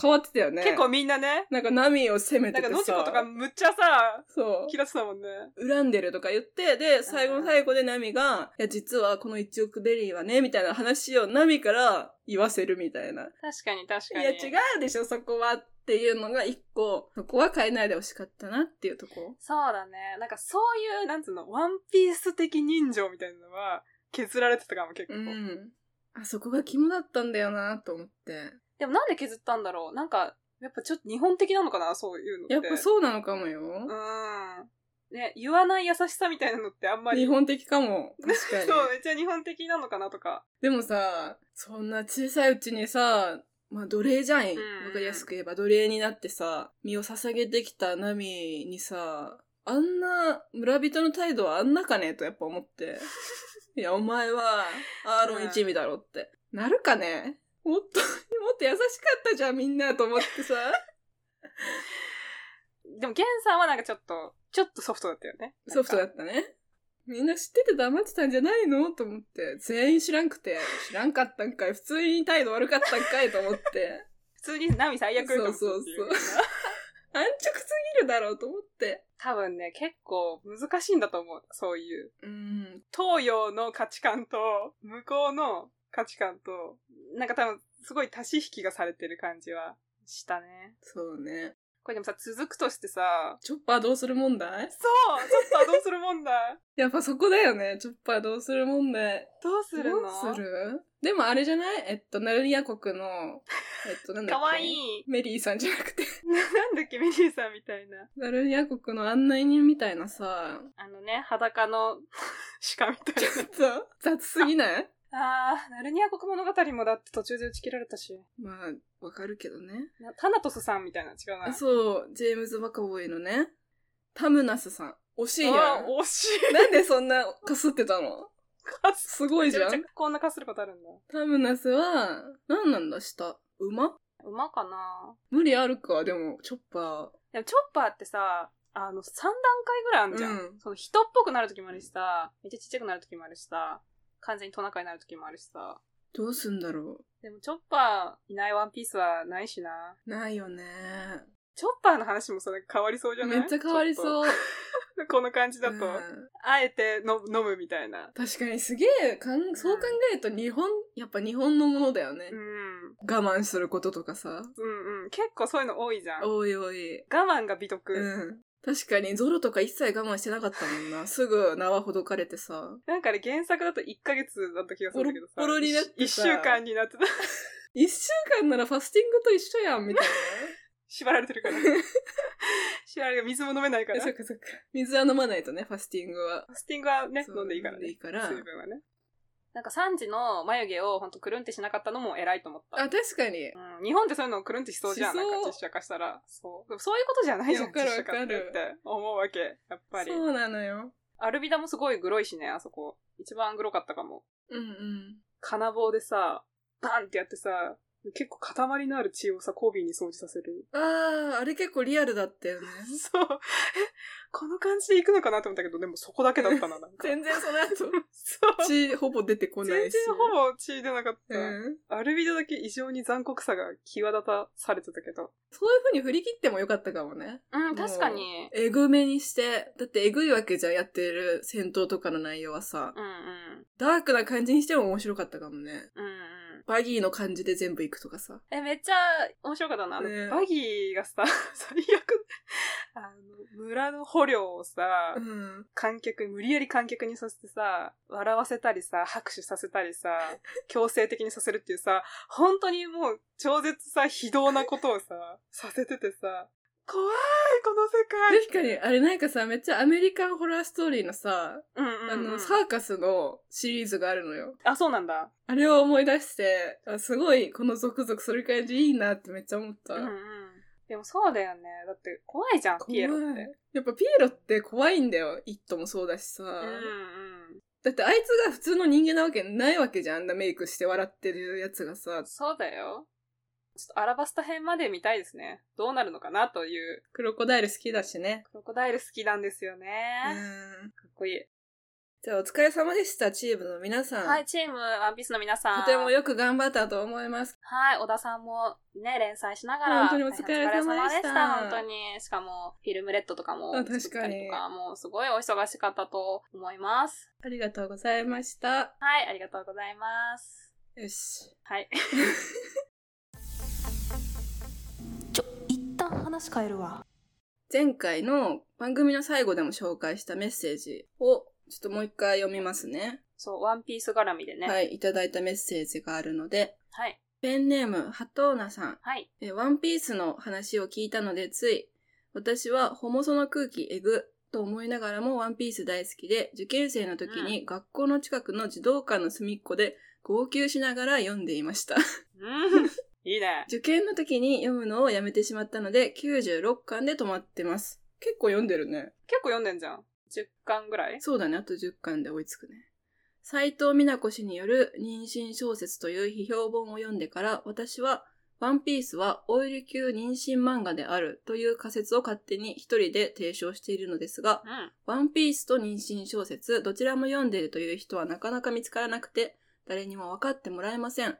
C: 変わってたよね。
D: 結構みんなね、
C: なんかナミを責めて
D: なんか
C: て
D: のち
C: さ
D: ことかむっちゃさ、
C: そ
D: 嫌ってたもんね。
C: う恨んでるとか言ってで最後の最後でナミが「いや実はこの1億ベリーはね」みたいな話をナミから言わせるみたいな
D: 確かに確
C: 「い
D: かに。
C: や違うでしょそこは」っていうのが一個そこは変えないでほしかったなっていうとこ
D: そうだね。なんかそういう、なんつうの、ワンピース的人情みたいなのは、削られてたかも結構、
C: うんあそこが肝だったんだよなと思って
D: でもなんで削ったんだろうなんか、やっぱちょっと日本的なのかなそういうのって。
C: やっぱそうなのかもよ、
D: うん。ね、言わない優しさみたいなのってあんまり。
C: 日本的かも確かに
D: そう、めっちゃ日本的なのかなとか。
C: でもさ、そんな小さいうちにさ、まあ奴隷じゃん。わ
D: うん
C: かりやすく言えば奴隷になってさ、身を捧げてきたナミにさ、あんな村人の態度はあんなかねとやっぱ思って。いや、お前はアーロン一味だろって。なるかねもっと、もっと優しかったじゃん、みんなと思ってさ。
D: でも、ゲンさんはなんかちょっと、ちょっとソフトだったよね。
C: ソフトだったね。みんな知ってて黙ってたんじゃないのと思って。全員知らんくて。知らんかったんかい。普通に態度悪かったんかいと思って。
D: 普通に波最悪
C: そうそうそう。安直すぎるだろうと思って。
D: 多分ね、結構難しいんだと思う。そういう。
C: うん。
D: 東洋の価値観と、向こうの価値観と、なんか多分、すごい足し引きがされてる感じはしたね。
C: そうね。
D: これでもさ、続くとしてさ、
C: チョッパーどうする問題
D: そうちょっとはどうする問題
C: やっぱそこだよね。チョッパーどうする問題。
D: どうするの
C: どうするでもあれじゃないえっと、ナルニア国の、えっと、なんだっ
D: か
C: け。
D: わいい。
C: メリーさんじゃなくて、
D: ななんだっけ、メリーさんみたいな。
C: ナルニア国の案内人みたいなさ、
D: あのね、裸の鹿みたい
C: ちょっと雑すぎない
D: な。あー、ナルニア国物語もだって途中で打ち切られたし。
C: まあ、わかるけどね。
D: なタナトスさんみたいな、違うな。
C: あそう、ジェームズ・バカボーイのね、タムナスさん。惜しいや
D: あ
C: ん。
D: ー惜しい。
C: なんでそんなかすってたの
D: かす
C: すごい
D: めち
C: じ
D: ゃ
C: ゃ
D: めちゃ
C: ん。
D: こんなかすることあるんだ。
C: タムナスは、何なんだ、下。馬
D: 馬かな
C: 無理あるか、でも、チョッパー。
D: でも、チョッパーってさ、あの、3段階ぐらいあるじゃん。
C: うん
D: その人っぽくなるときもあるしさ、めっちゃちっちゃくなるときもあるしさ、完全にトナカイになるときもあるしさ。
C: どうすんだろ
D: でも、チョッパーいないワンピースはないしな。
C: う。ないよね。
D: チョッパーの話もさ、なんか変わりそうじゃな
C: め
D: い
C: っちゃ変わり
D: う。
C: そう。
D: ちょっとこの感じだ
C: う
D: と、
C: ん
D: あえての飲むみたいな。
C: 確かにすげえ、かんそう考えると日本、やっぱ日本のものだよね
D: う。ん。
C: 我慢することとかさ。
D: うんうん。結構そういうの多いじゃん。我
C: おいおい。
D: 慢が美徳。
C: うん。確かにゾロとか一切我慢してなかったもんな。すぐ縄ほどかれてさ。
D: なんかね、原作だと1ヶ月だった気がするんだけどさ。
C: ボロボロになってさ
D: 1週間になってた。
C: 一週間ならファスティングと一緒やん、みたいな。
D: 縛られて るから。縛られる。水も飲めない から。
C: そっ
D: フ
C: かそっか。水は飲まないとね、ファスティングは。
D: ァスティングはね、
C: そう
D: 飲んでいいから
C: 飲んで
D: ね。
C: いいから
D: 水分はね。なんか3時の眉毛をほんとくるんってしなかったのも偉いと思った。
C: あ、確かに。
D: うん、日本ってそういうのをくるんってしそうじゃん。
C: し
D: な
C: そ
D: ん
C: う
D: か実写化したら。そう。でもそういうことじゃないじゃん。
C: わかる
D: 実写化って
C: わか
D: って思うわけ。やっぱり。
C: そうなのよ。
D: アルビダもすごいグロいしね、あそこ。一番グロかったかも。
C: うんうん。
D: 金棒でさ、バンってやってさ、結構塊のある血をさ、コビーに掃除させる。
C: あー、あれ結構リアルだったよ ね。
D: そう。え、この感じで行くのかなと思ったけど、でもそこだけだったな、なんか。
C: 全然その後、
D: そう。
C: 血ほぼ出てこな
D: 全
C: い
D: 然
C: し。
D: ほぼ血出なかった。
C: うん。
D: アルビドだけ異常に残酷さが際立たされてたけど。
C: そういう風に振り切ってもよかったかもね。
D: うん
C: 確かに。えぐめにして、だってえぐいわけじゃんやってる戦闘とかの内容はさ、
D: うんうん。
C: ダークな感じにしても面白かったかもね。
D: うんうん。
C: バギーの感じで全部いくとかさ。
D: え、めっちゃ面白かったな。あの
C: ね
D: バギーがさ、 最悪、あの、村の捕虜をさ、
C: うん。
D: 観客、無理やり観客にさせてさ、笑わせたりさ、拍手させた りさ、強制的にさせるっていうさ、本当にもう超絶さ、非道なことを さ、させててさ、怖い、この世界
C: 確かに、あれなんかさ、めっちゃアメリカンホラーストーリーのさ、
D: うんうん、うん。
C: あの、サーカスのシリーズがあるのよ。
D: あ、そうなんだ。
C: あれを思い出して、あすごい、この続々する感じいいなってめっちゃ思った。
D: うんうん。でもそうだよね。だって怖いじゃん、ピエロっ
C: 怖
D: て
C: い。。やっぱピエロって怖いんだよ。イットもそうだしさ。
D: うんうん。
C: だってあいつが普通の人間なわけないわけじゃん。あんなメイクして笑ってるやつがさ、
D: そうだよ。ちょっとアラバスタ編まで見たいですね。どうなるのかなという。
C: クロコダイル好きだしね。
D: クロコダイル好きなんですよね。
C: うん。
D: かっこいい。
C: じゃあお疲れ様でした、チームの皆さん。
D: はい、チームワンピースの皆さん。
C: とてもよく頑張ったと思います。
D: はい、小田さんもね、連載しながら。
C: 本当にお疲れ様でした
D: 大変お疲れ本当に。しかも、フィルムレッドとかも
C: あ確かに
D: 作ったりとか、もうすごいお忙しかったと思います。
C: ありがとうございました。
D: はい、ありがとうございます。
C: よし。
D: はい。
B: ちょ一旦話変えるわ
C: 前回の番組の最後でも紹介したメッセージをちょっともう一回読みますね。
D: そう、ワンピース絡みでね。。
C: はいい、いただいたメッセージがあるので、
D: はい。
C: ペンネーム、ハトーナさん。
D: はい。
C: えーワンピースの話を聞いたので、つい、私はホモソの空気えぐと思いながらもワンピース大好きで、受験生の時に学校の近くの児童館の隅っこで号泣しながら読んでいました。
D: うん。 いいね。
C: 受験の時に読むのをやめてしまったので、96巻で止まってます。結構読んでるね。
D: 結構読んでんじゃん。10巻ぐらい
C: そうだね、あと10巻で追いつくね。斎藤美奈子氏による妊娠小説という批評本を読んでから、私は、ワンピースはオイル級妊娠漫画であるという仮説を勝手に一人で提唱しているのですが
D: う、ん。
C: ワンピースと妊娠小説、どちらも読んでいるという人はなかなか見つからなくて、誰にも分かってもらえません。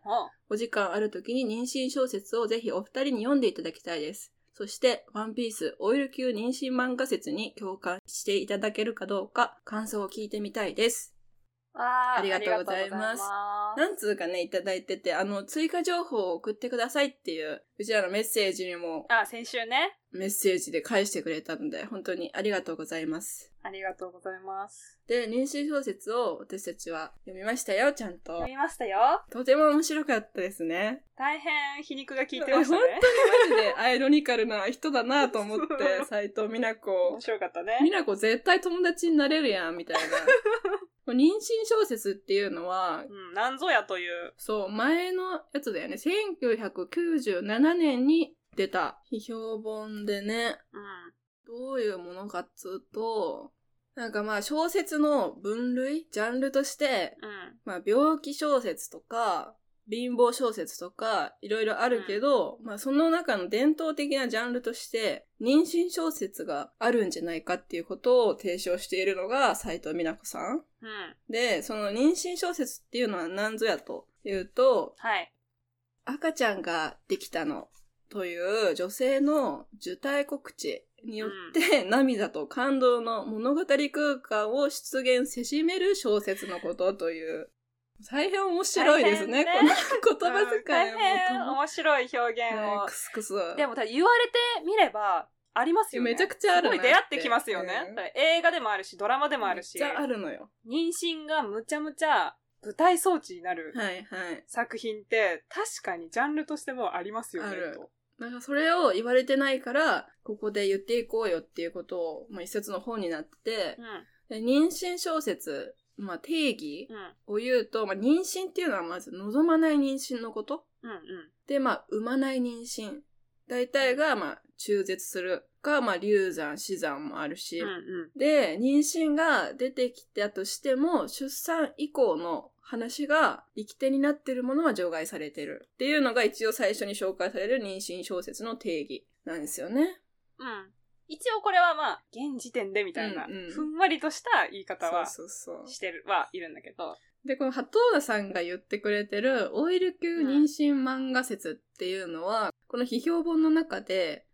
D: お
C: お時間ある時に妊娠小説をぜひお二人に読んでいただきたいです。そして、ワンピース、オイル級妊娠漫画説に共感していただけるかどうか、感想を聞いてみたいです。
D: わー
C: ありがとうございます
D: ありがとうございます
C: なんつうかね、いただいてて、あの、追加情報を送ってくださいっていう、うちらのメッセージにも、
D: あ、先週ね。
C: メッセージで返してくれたので、本当にありがとうございます。
D: ありがとうございます。
C: で、妊娠小説を私たちは読みましたよ、ちゃんと
D: 読。みましたよ。
C: とても面白かったですね。
D: 大変皮肉が効いてましたね。
C: 本マジでアイロニカルな人だなと思って
D: そう、
C: 斎藤美奈
D: 面
C: 子。
D: 白かった
C: 美
D: ね。
C: 奈子絶対友達になれるやん、みたいな。これ妊娠小説っていうのは、
D: うん、なんぞやという。
C: そう、前のやつだよね。1997年に出た批評本でね、
D: うん。
C: どういうものかっつうと、なんかまあ小説の分類、ジャンルとして、
D: うん。
C: まあ、病気小説とか、貧乏小説とか、いろいろあるけど、まあ、その中の伝統的なジャンルとして、妊娠小説があるんじゃないかっていうことを提唱しているのが、斎藤美奈子さん。
D: うん。
C: で、その妊娠小説っていうのは何ぞやというと、
D: はい。
C: 赤ちゃんができたのという女性の受胎告知によって、涙と感動の物語空間を出現せしめる小説のことという。大変面白いですね、
D: 大
C: こ
D: 変ね
C: の言葉遣い
D: 大変
C: も。
D: 面白い表現
C: はい
D: を
C: ク。スクス。
D: でも、ただ言われてみれば、ありますよね。
C: めちゃくちゃあるな
D: すごい出会ってきますよね。
C: うん
D: だから映画でもあるし、ドラマでもあ
C: め
D: る
C: っ
D: し、
C: ちゃあるのよ。
D: 妊娠がむちゃむちゃ舞台装置になる
C: はいはい。
D: 作品って、確かにジャンルとしてもありますよね
C: ある、
D: と。
C: なんかそれを言われてないから、ここで言っていこうよっていうことを、まあ、一節の本になってて
D: う
C: で
D: ん。、
C: 妊娠小説、まあ、定義
D: うん。
C: を言うと、まあ、妊娠っていうのはまず望まない妊娠のこと。
D: うん。うん。
C: で、まあ、産まない妊娠。大体が、まあ、中絶するか、まあ、流産、死産もあるし、
D: うんうん。
C: で、妊娠が出てきたとしても、出産以降の話が力点になってるものは除外されてる。っていうのが一応最初に紹介される妊娠小説の定義なんですよね。
D: うん。一応これはまあ、現時点でみたいな、
C: うんうん
D: ふんわりとした言い方は
C: そうそうそう。
D: してる、はいるんだけど。
C: で、この鳩浦さんが言ってくれてるオイル級妊娠漫画説っていうのは、この批評本の中で、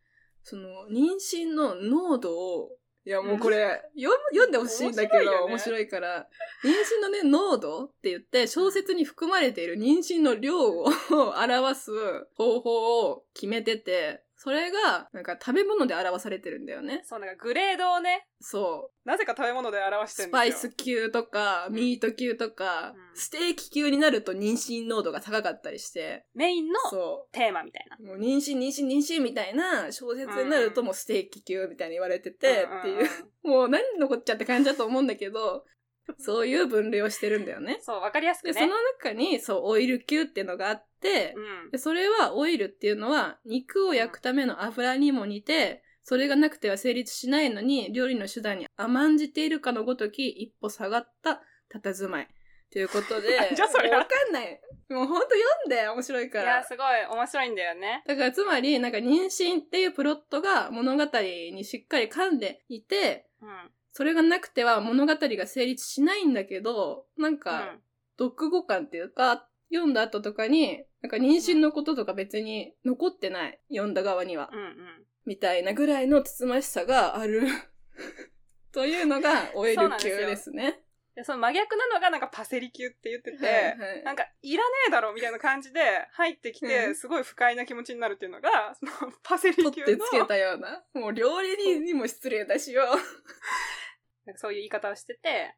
C: その妊娠の濃度を、いやもうこれ、 読む読んでほしいんだけど
D: 面白いよね
C: 面白いから、妊娠のね、濃度って言って、小説に含まれている妊娠の量を表す方法を決めてて、それが、なんか食べ物で表されてるんだよね。
D: そう、なんかグレードをね、
C: そう。
D: なぜか食べ物で表して
C: ス
D: るん
C: パイ
D: です
C: ス
D: よ。
C: 級とか、ミート級とか、
D: うん
C: ステーキ級になると妊娠濃度が高かったりして、
D: メインの
C: そ
D: テーマみたいな。
C: う。もう妊娠、妊娠、妊娠みたいな小説になると
D: うん
C: もうステーキ級みたいに言われてて、って
D: んん
C: いう、
D: ん
C: もう何のこっちゃって感じだと思うんだけど、そういう分類をしてるんだよね。
D: そう、わかりやすく
C: で、
D: ね。
C: その中に、そう、オイル級っていうのがあって、
D: うん。
C: でそれはオイルっていうのは肉を焼くための油にも似て、それがなくては成立しないのに料理の手段に甘んじているかのごとき一歩下がった佇まい。ということで
D: 、じゃあそれ
C: もうわかんない。もうほんと読んで、面白いか
D: いや、
C: ら。
D: すごい面白いんだよね。
C: だからつまり、なんか妊娠っていうプロットが物語にしっかり噛んでいて、
D: うん。
C: それがなくては物語が成立しないんだけど、なんか、読後感っていうか、読んだ後とかに、なんか妊娠のこととか別に残ってない。読んだ側には
D: う。ん。うんうん。
C: みたいなぐらいのつつましさがある。 というのが、オイル級ですね。
D: で、その真逆なのがなんかパセリ級って言ってて、
C: はいはい
D: なんか、いらねえだろみたいな感じで入ってき
C: う
D: て、
C: ん
D: すごい不快な気持ちになるっていうのが、そのパセリ級の
C: 取ってつけたような。もう料理人にも失礼だしよ。
D: なんかそういう言い方をしてて、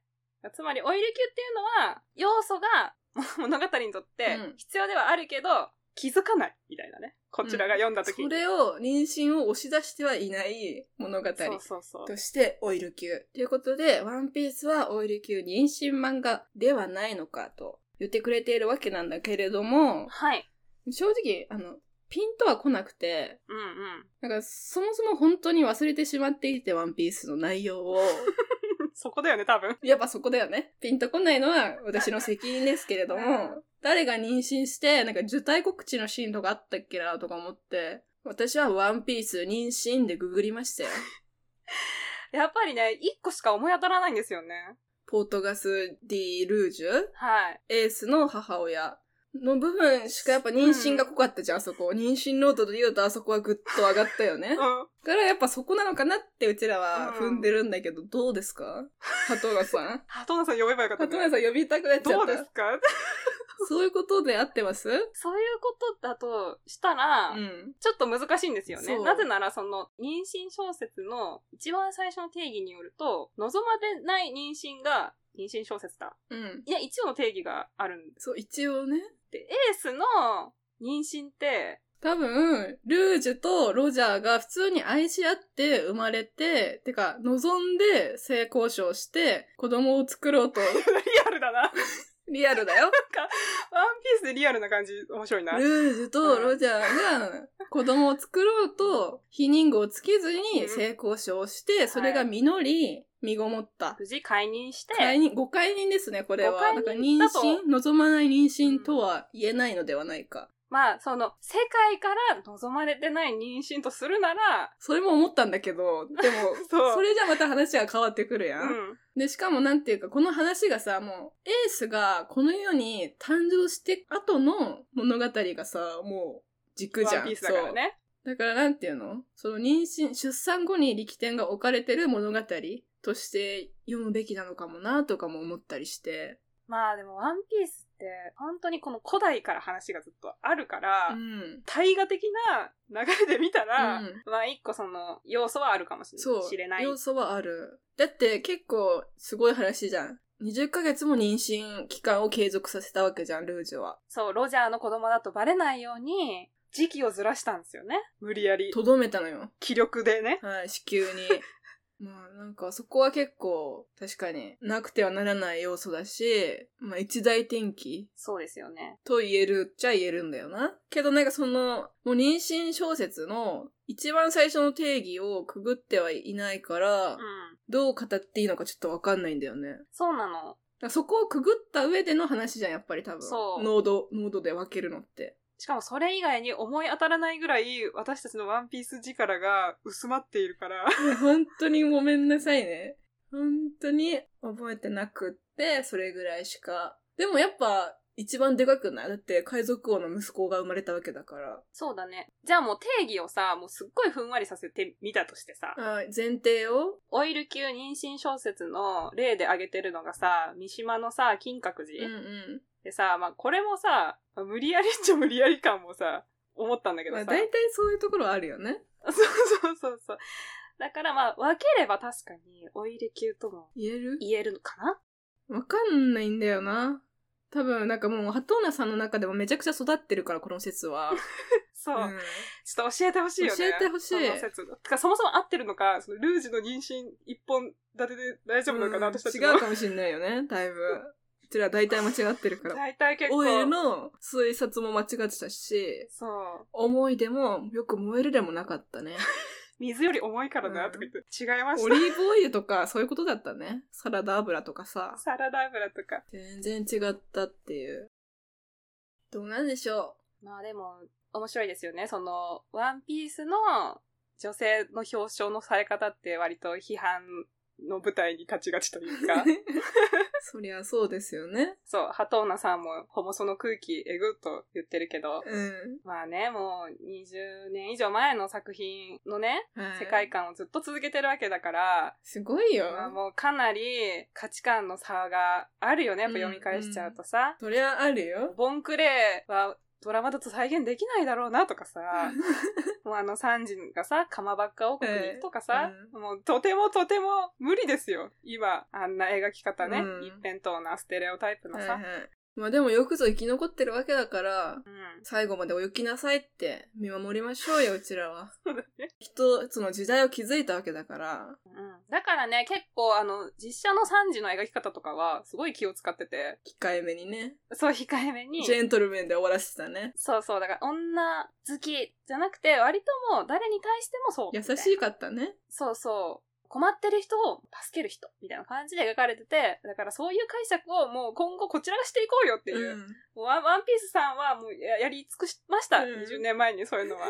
D: つまりオイル級っていうのは、要素が も物語にとって
C: うん
D: 必要ではあるけど、気づかないみたいなね。こちらが読んだ時に。
C: それを、妊娠を押し出してはいない物語。
D: そうそうそう。
C: としてオイル級。ということで、ワンピースはオイル級妊娠漫画ではないのかと言ってくれているわけなんだけれども、
D: はい。
C: 正直、あの、ピンとは来なくて、
D: うんうん。
C: なんかそもそも本当に忘れてしまっていて、ワンピースの内容を。
D: そこだよね、多分。
C: やっぱそこだよね。ピンとこないのは私の責任ですけれども、誰が妊娠して、なんか受胎告知のシーンとかあったっけなとか思って、私はワンピース妊娠でググりましたよ。
D: やっぱりね、一個しか思い当たらないんですよね。
C: ポートガス・ディ・ルージュ
D: はい。
C: エースの母親の部分しかやっぱ妊娠が濃かったじゃん、あそこ。妊娠ノートで言うとあそこはぐっと上がったよね。
D: う
C: だ
D: ん。
C: からやっぱそこなのかなってうちらは
D: うん
C: 踏んでるんだけど、どうですか鳩浦 さん
D: ハトナさん呼べばよかった、ね。
C: 鳩浦さん呼びたくなっちゃ
D: ど
C: っ
D: うで
C: た
D: す。か
C: そういうことで合ってます
D: そういうことだとしたら、
C: うん。
D: ちょっと難しいんですよね。
C: そう
D: なぜなら、その、妊娠小説の一番最初の定義によると、望まれない妊娠が妊娠小説だ。
C: うん。
D: いや、一応の定義があるんで
C: そう、一応ね。
D: エースの妊娠って、
C: 多分、ルージュとロジャーが普通に愛し合って生まれて、てか、望んで性交渉して子供を作ろう と。
D: リアル だな。ワンピ
C: リアルだよ。
D: ースでリアルな感じ、面白いな。
C: ルージュとロジャーが子供を作ろうと、避妊具をつけず
D: う
C: に
D: ん
C: 性交渉をして、それが実り、身ごもった。
D: 無事解任して、
C: 解任、誤解任ですね、これ
D: 誤
C: は。
D: 解
C: だ
D: 任
C: から妊
D: だと
C: 娠、望まない妊娠とは言えないのではないか。
D: まあ、その、世界から望まれてない妊娠とするなら、、
C: それも思ったんだけど、でも
D: そう
C: それじゃまた話が変わってくるや。
D: うんん。
C: で、しかもなんていうか、この話がさ、もう、エースがこの世に誕生して後の物語がさ、もう、軸じ
D: ワ
C: ゃ
D: ン
C: ん。
D: ピースだから
C: そう
D: ね。
C: だからなんていうのその妊娠、出産後に力点が置かれてる物語として読むべきなのかもなとかも思ったりして。
D: まあでも、ワンピースって、本当にこの古代から話がずっとあるから、
C: うん。
D: 大河的な流れで見たら、
C: うん
D: まあ一個その要素はあるかもしれ
C: そう。
D: 知れない。
C: 要素はある。だって結構すごい話じゃん。20ヶ月も妊娠期間を継続させたわけじゃん、ルージュは。
D: そう、ロジャーの子供だとバレないように、時期をずらしたんですよね。無理やり。
C: とどめたのよ。
D: 気力でね。
C: はい、子宮に。まあなんかそこは結構確かになくてはならない要素だし、まあ一大転機
D: そうですよね。
C: と言えるっちゃ言えるんだよな。けどなんかその、もう妊娠小説の一番最初の定義をくぐってはいないから、
D: うん。
C: どう語っていいのかちょっとわかんないんだよね。だか
D: そうなの。
C: らそこをくぐった上での話じゃん、やっぱり多分。
D: そう
C: 濃度、濃度で分けるのって。
D: しかもそれ以外に思い当たらないぐらい私たちのワンピース力が薄まっているから。
C: 本当にごめんなさいね。本当に覚えてなくって、それぐらいしか。でもやっぱ、一番でかくないだって海賊王の息子が生まれたわけだから。
D: そうだね。じゃあもう定義をさ、もうすっごいふんわりさせてみたとしてさ、
C: あ前提を
D: オイル級妊娠小説の例で挙げてるのがさ、三島のさ、金閣
C: うんう
D: 寺、
C: ん。
D: でさ、まあこれもさ、まあ無理やりっちゃ無理やり感もさ、思ったんだけど
C: まあ
D: さ。
C: 大体そういうところはあるよね。
D: そうそうそうそう。だからまあ分ければ確かにオイル級とも
C: 言える
D: 言えるのかな
C: わかんないんだよな。多分、なんかもう、ハトーナさんの中でもめちゃくちゃ育ってるから、この説は。
D: そう。
C: うん
D: ちょっと教えてほしいよね。
C: 教えてほしい
D: その説が。てか、そもそも合ってるのか、そのルージュの妊娠一本立てで大丈夫なのかな、
C: うん
D: 私たち
C: 違うかもしんないよね、だいぶ。うちら大体間違ってるから。
D: 大体結構。
C: オイルの推察も間違ってたし、
D: そう。
C: 思い出もよく燃えるでもなかったね。
D: 水より重いからな、
C: うん
D: とか言って。違いまし
C: オリーブオイルとかそういうことだったね。サラダ油とかさ
D: た。。サラダ油とか。
C: 全然違ったっていう。どうなんでしょ
D: まあでも、面白いですよね。その、ワンピースの女性の表彰のされ方って割と批判の舞台に立ちがちという
C: う。
D: か。
C: そりゃそうですよね。
D: そう、ハトーナさんもホモソの空気えぐっと言ってるけど、
C: う
D: まあね、もう20年以上前の作品のね、
C: ん。はい
D: 世界観をずっと続けてるわけだから、
C: すごいよ。
D: まあ、もうかなり価値観の差があるよね、やっぱ読み返しちゃうとさ。
C: そりゃあるよ。
D: ボンクレーはドラマだと再現できないだろうな とかさ、もうあのサンジがさ、カマバッカ王国に行くとかさ、
C: う
D: もうとてもとても無理ですよ。今、あんな描き方ね、
C: うん
D: 一辺倒なステレオタイプの
C: はい
D: さ。
C: はい。まあでもよくぞ生き残ってるわけだから、
D: うん、
C: 最後まで泳ぎなさいって見守りまし ょうよ、うちらは。
D: そうだね。
C: 一つの時代を築いたわけだから。
D: うんだからね、結構あの、実写のサンジの描き方とかは、すごい気を使ってて、
C: 控えめにね。
D: そう、控えめに。
C: ジェントルメンで終わらせてたね。
D: そうそう、だから女好きじゃなくて、割ともう誰に対してもそう。
C: 優しい。かったね。
D: そうそう。困ってる人を助ける人みたいな感じで描かれてて、だからそういう解釈をもう今後こちらがしていこうよっていう。
C: うん
D: もうワンワンピースさんはもうややり尽くしました。
C: うん
D: 20年前にそういうの は。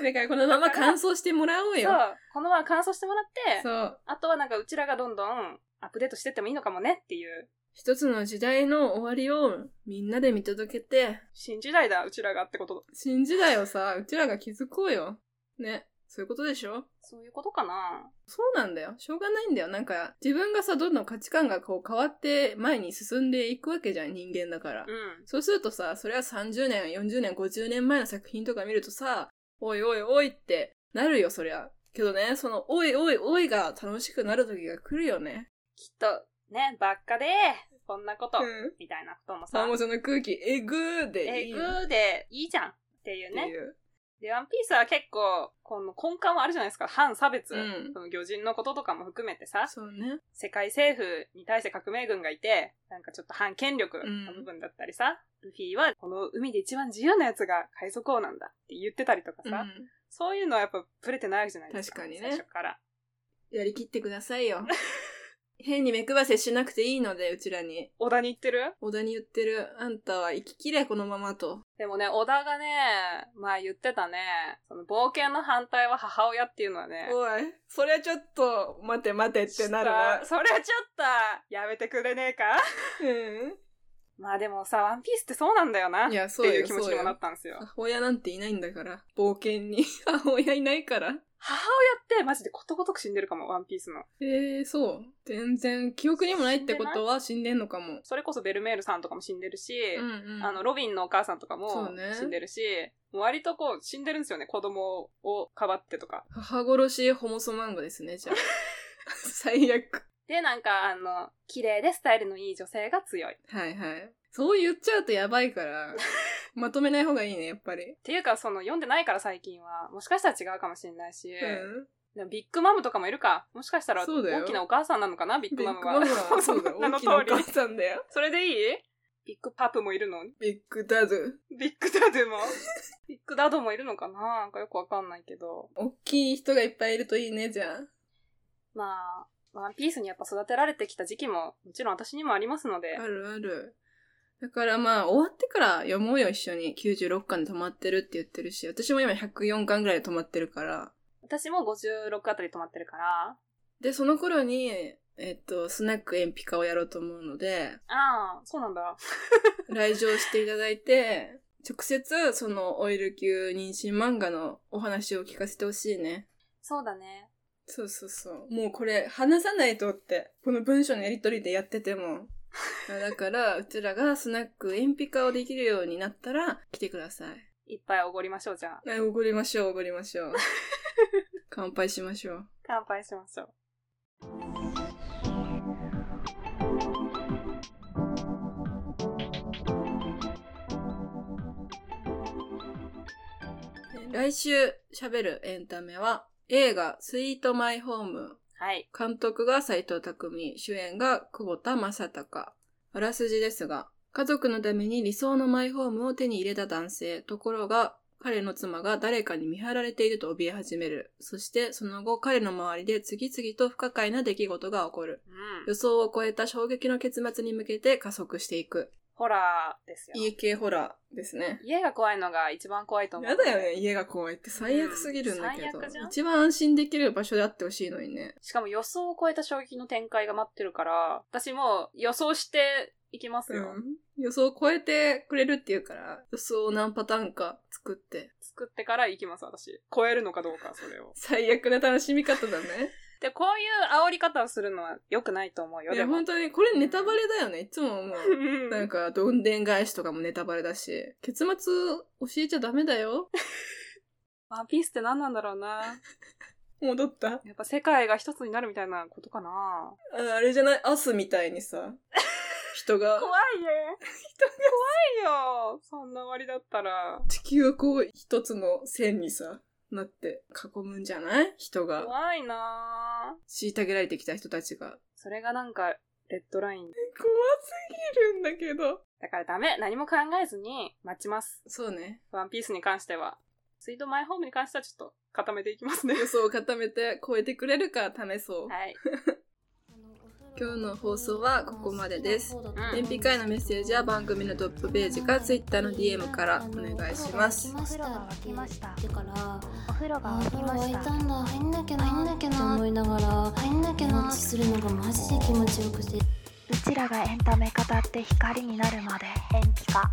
C: だからこのまま完走してもらおう
D: そ
C: よ。
D: う。このまま感想してもらって、
C: そう。
D: あとはなんかうちらがどんどんアップデートしてってもいいのかもねっていう。
C: 一つの時代の終わりをみんなで見届けて、
D: 新時代だ、うちらがってこと。
C: 新時代をさ、うちらが築こうよ。ね。そういうことでしょ
D: そういうことかな。
C: そうなんだよ。しょうがないんだよ。なんか、自分がさ、どんどん価値観がこう変わって前に進んでいくわけじゃん、人間だから。
D: うん。
C: そうするとさ、それは30年、40年、50年前の作品とか見るとさ、おいおいおいってなるよ、そりゃ。けどね、その、おいおいおいが楽しくなる時が来るよね。
D: きっと、ね、ばっかで、こんなこと、
C: うん。
D: みたいなことも
C: さ
D: さ
C: あ、も、うその空気、えぐーでい
D: え
C: い
D: ぐ
C: っ
D: ーでいいじゃんっていう
C: て
D: ね
C: い。う。
D: で、ワンピースは結構、この根幹はあるじゃないですか。反差別。
C: うん
D: その魚人のこととかも含めてさ、
C: そうね。
D: 世界政府に対して革命軍がいて、なんかちょっと反権力の部分だったりさ、ルフィはこの海で一番自由なやつが海賊王なんだって言ってたりとか
C: う
D: さ、
C: ん。
D: そういうのはやっぱブレてないわけじゃないですか。
C: 確かにね
D: 最初から。
C: やりきってくださいよ。 変に目配せしなくていいので、うちらに。
D: 小田に言ってる
C: 小田に言ってる、あんたは生ききれ、このままと。
D: でもね、小田がね、まあ言ってたね、その冒険の反対は母親っていうのはね、
C: おい、それちょっと、待て待てってなるな
D: した。それちょっと、やめてくれねえかまあでもさ、ワンピースってそうなんだよな。
C: うん。いや、
D: っ
C: そ
D: て
C: う
D: いう
C: よ、
D: 気持ち
C: そう
D: にもな
C: よ
D: っ。たんですよ。
C: 母親なんていないんだから。冒険に。 母親いないから。
D: 母親ってマジでことごとく死んでるかも、ワンピースの。
C: えー、そう。全然、記憶にもないってことは死んでんのかも。
D: それこそベルメールさんとかも死んでるし、
C: うんうん。
D: あの、ロビンのお母さんとか
C: そ
D: も
C: うね
D: 死んでるし、もう割とこう死んでるんですよね、子供をかばってとか。
C: 母殺しホモソ漫画ですね、じゃあ。 最悪。
D: で、なんかあの、綺麗でスタイルのいい女性が強い。っ
C: はいはい。そう言っちゃうとやばい から、まとめない方がいいね、やっぱり。
D: ていうか、その読んでないから最近は、もしかしたら違うかもしれないし、
C: うん。
D: でもビッグマムとかもいるか。もしかしたら
C: そうだよ
D: 大きなお母さんなのかな、ビッグ
C: ビ
D: マ
C: ッ
D: ム
C: グ
D: は。
C: マム。は、 そうだよ
D: 名
C: 大
D: の
C: き
D: 通
C: なお
D: り
C: 母。さんだよ。
D: それでいいビッグパプもいるの
C: ビッグダドゥ。
D: ビッグダドゥもビッグダドゥもいるのかななんかよくわかんないけど。
C: 大きい人がいっぱいいるといいね、じゃあ。
D: まあ、ワンピースにやっぱ育てられてきた時期も、もちろん私にもありますので
C: あ。るある。だからまあ、終わってから読もうよ、一緒に。96巻で止まってるって言ってるし、私も今104巻ぐらいで止まってるから。
D: 私も56あたり止まってるから。
C: で、その頃に、えっと、スナックエンピカをやろうと思うので、
D: ああ、そうなんだ。
C: 来場していただいて、直接、その、オイル級妊娠漫画のお話を聞かせてほしいね。
D: そうだね。
C: そうそうそう。もうこれ、話さないとって、この文章のやりとりでやってても。だから、うちらがスナックエンピカをできるようになったら、来てください。
D: いっぱいおごりましょう、じゃあ。
C: はい、おごりましょう、おごりましょう。乾杯しましょう。
D: 乾杯しましょう。
C: え来週喋るエンタメは、映画、スイートマイホーム。
D: はい。
C: 監督が斎藤匠、主演が久保田正孝。あらすじですが、家族のために理想のマイホームを手に入れた男性。ところが、彼の妻が誰かに見張られていると怯え始める。そして、その後、彼の周りで次々と不可解な出来事が起こる。
D: うん
C: 予。想を超えた衝撃の結末に向けて加速していく。
D: ホラーですよ。
C: 家系ホラーですね。
D: 家が怖いのが一番怖いと思う。
C: やだよね、。家が怖いって最悪すぎるんだけ
D: うん
C: ど
D: 最悪じゃ。ん
C: 一番安心できる場所であってほしいのにね。
D: しかも予想を超えた衝撃の展開が待ってるから、私もう予想していきますよ。
C: うん。予想を超えてくれるっていうから、予想を何パターンか作って。
D: 作ってから行きます、私。超えるのかどうか、それを。
C: 最悪な楽しみ方だね。
D: で、こういう煽り方をするのは良くないと思うよ。
C: い
D: で
C: や、
D: も
C: 本当に、これネタバレだよね。いつも思う。
D: うん
C: なんか、どんでん返しとかもネタバレだし、結末教えちゃダメだよ。
D: ワンピースって何なんだろうな。
C: 戻った
D: やっぱ世界が一つになるみたいなことかな。
C: ああれじゃないアスみたいに さ、人が
D: 怖いね。怖いよ。そんな終わりだったら。
C: 地球をこう一つの線にさ、なって囲むんじゃない人が。
D: 怖いなぁ
C: 虐げられてきた人たちが。
D: それがなんか、レッドライン。
C: 怖すぎるんだけど。
D: だからダメ。何も考えずに待ちます。
C: そうね。
D: ワンピースに関しては。スイートマイホームに関してはちょっと固めていきま すね。
C: 予想を固めて超えてくれるか試そう。
D: はい。
E: 今日の放送はここまでです。
D: ん
E: 天
C: 天
E: 日
C: 日
E: 会
C: 会
E: の
C: の
E: メ
C: メ
E: ッ
C: ッ
E: セ
C: セ
E: ー
C: ー
E: ジ
C: ジ
E: は
C: は
E: 番
C: 番
E: 組
C: 組
E: の
C: の
E: ト
C: ト
E: ッ
C: ッ
E: プ
C: プ
E: ペ
C: ペ
E: ー
C: ー
E: ジ
C: ジ
E: か
C: か
E: Twitter
C: Twitter
E: の
C: の
E: DM
C: DM
E: か
C: からら
E: お
C: お
E: 願
C: 願
E: い
C: い
E: し
C: し
E: ま。
C: ますす。
E: お風呂が
B: お風呂が
E: あお
B: 沸き
E: 風呂
B: まし
E: 沸い
B: た
E: たんだ入んなきゃな入んなきゃなって思いながら入んなきゃなってするのがマジで気持ちよくて
B: うちらがエンタメ語って光になるまでエンピカ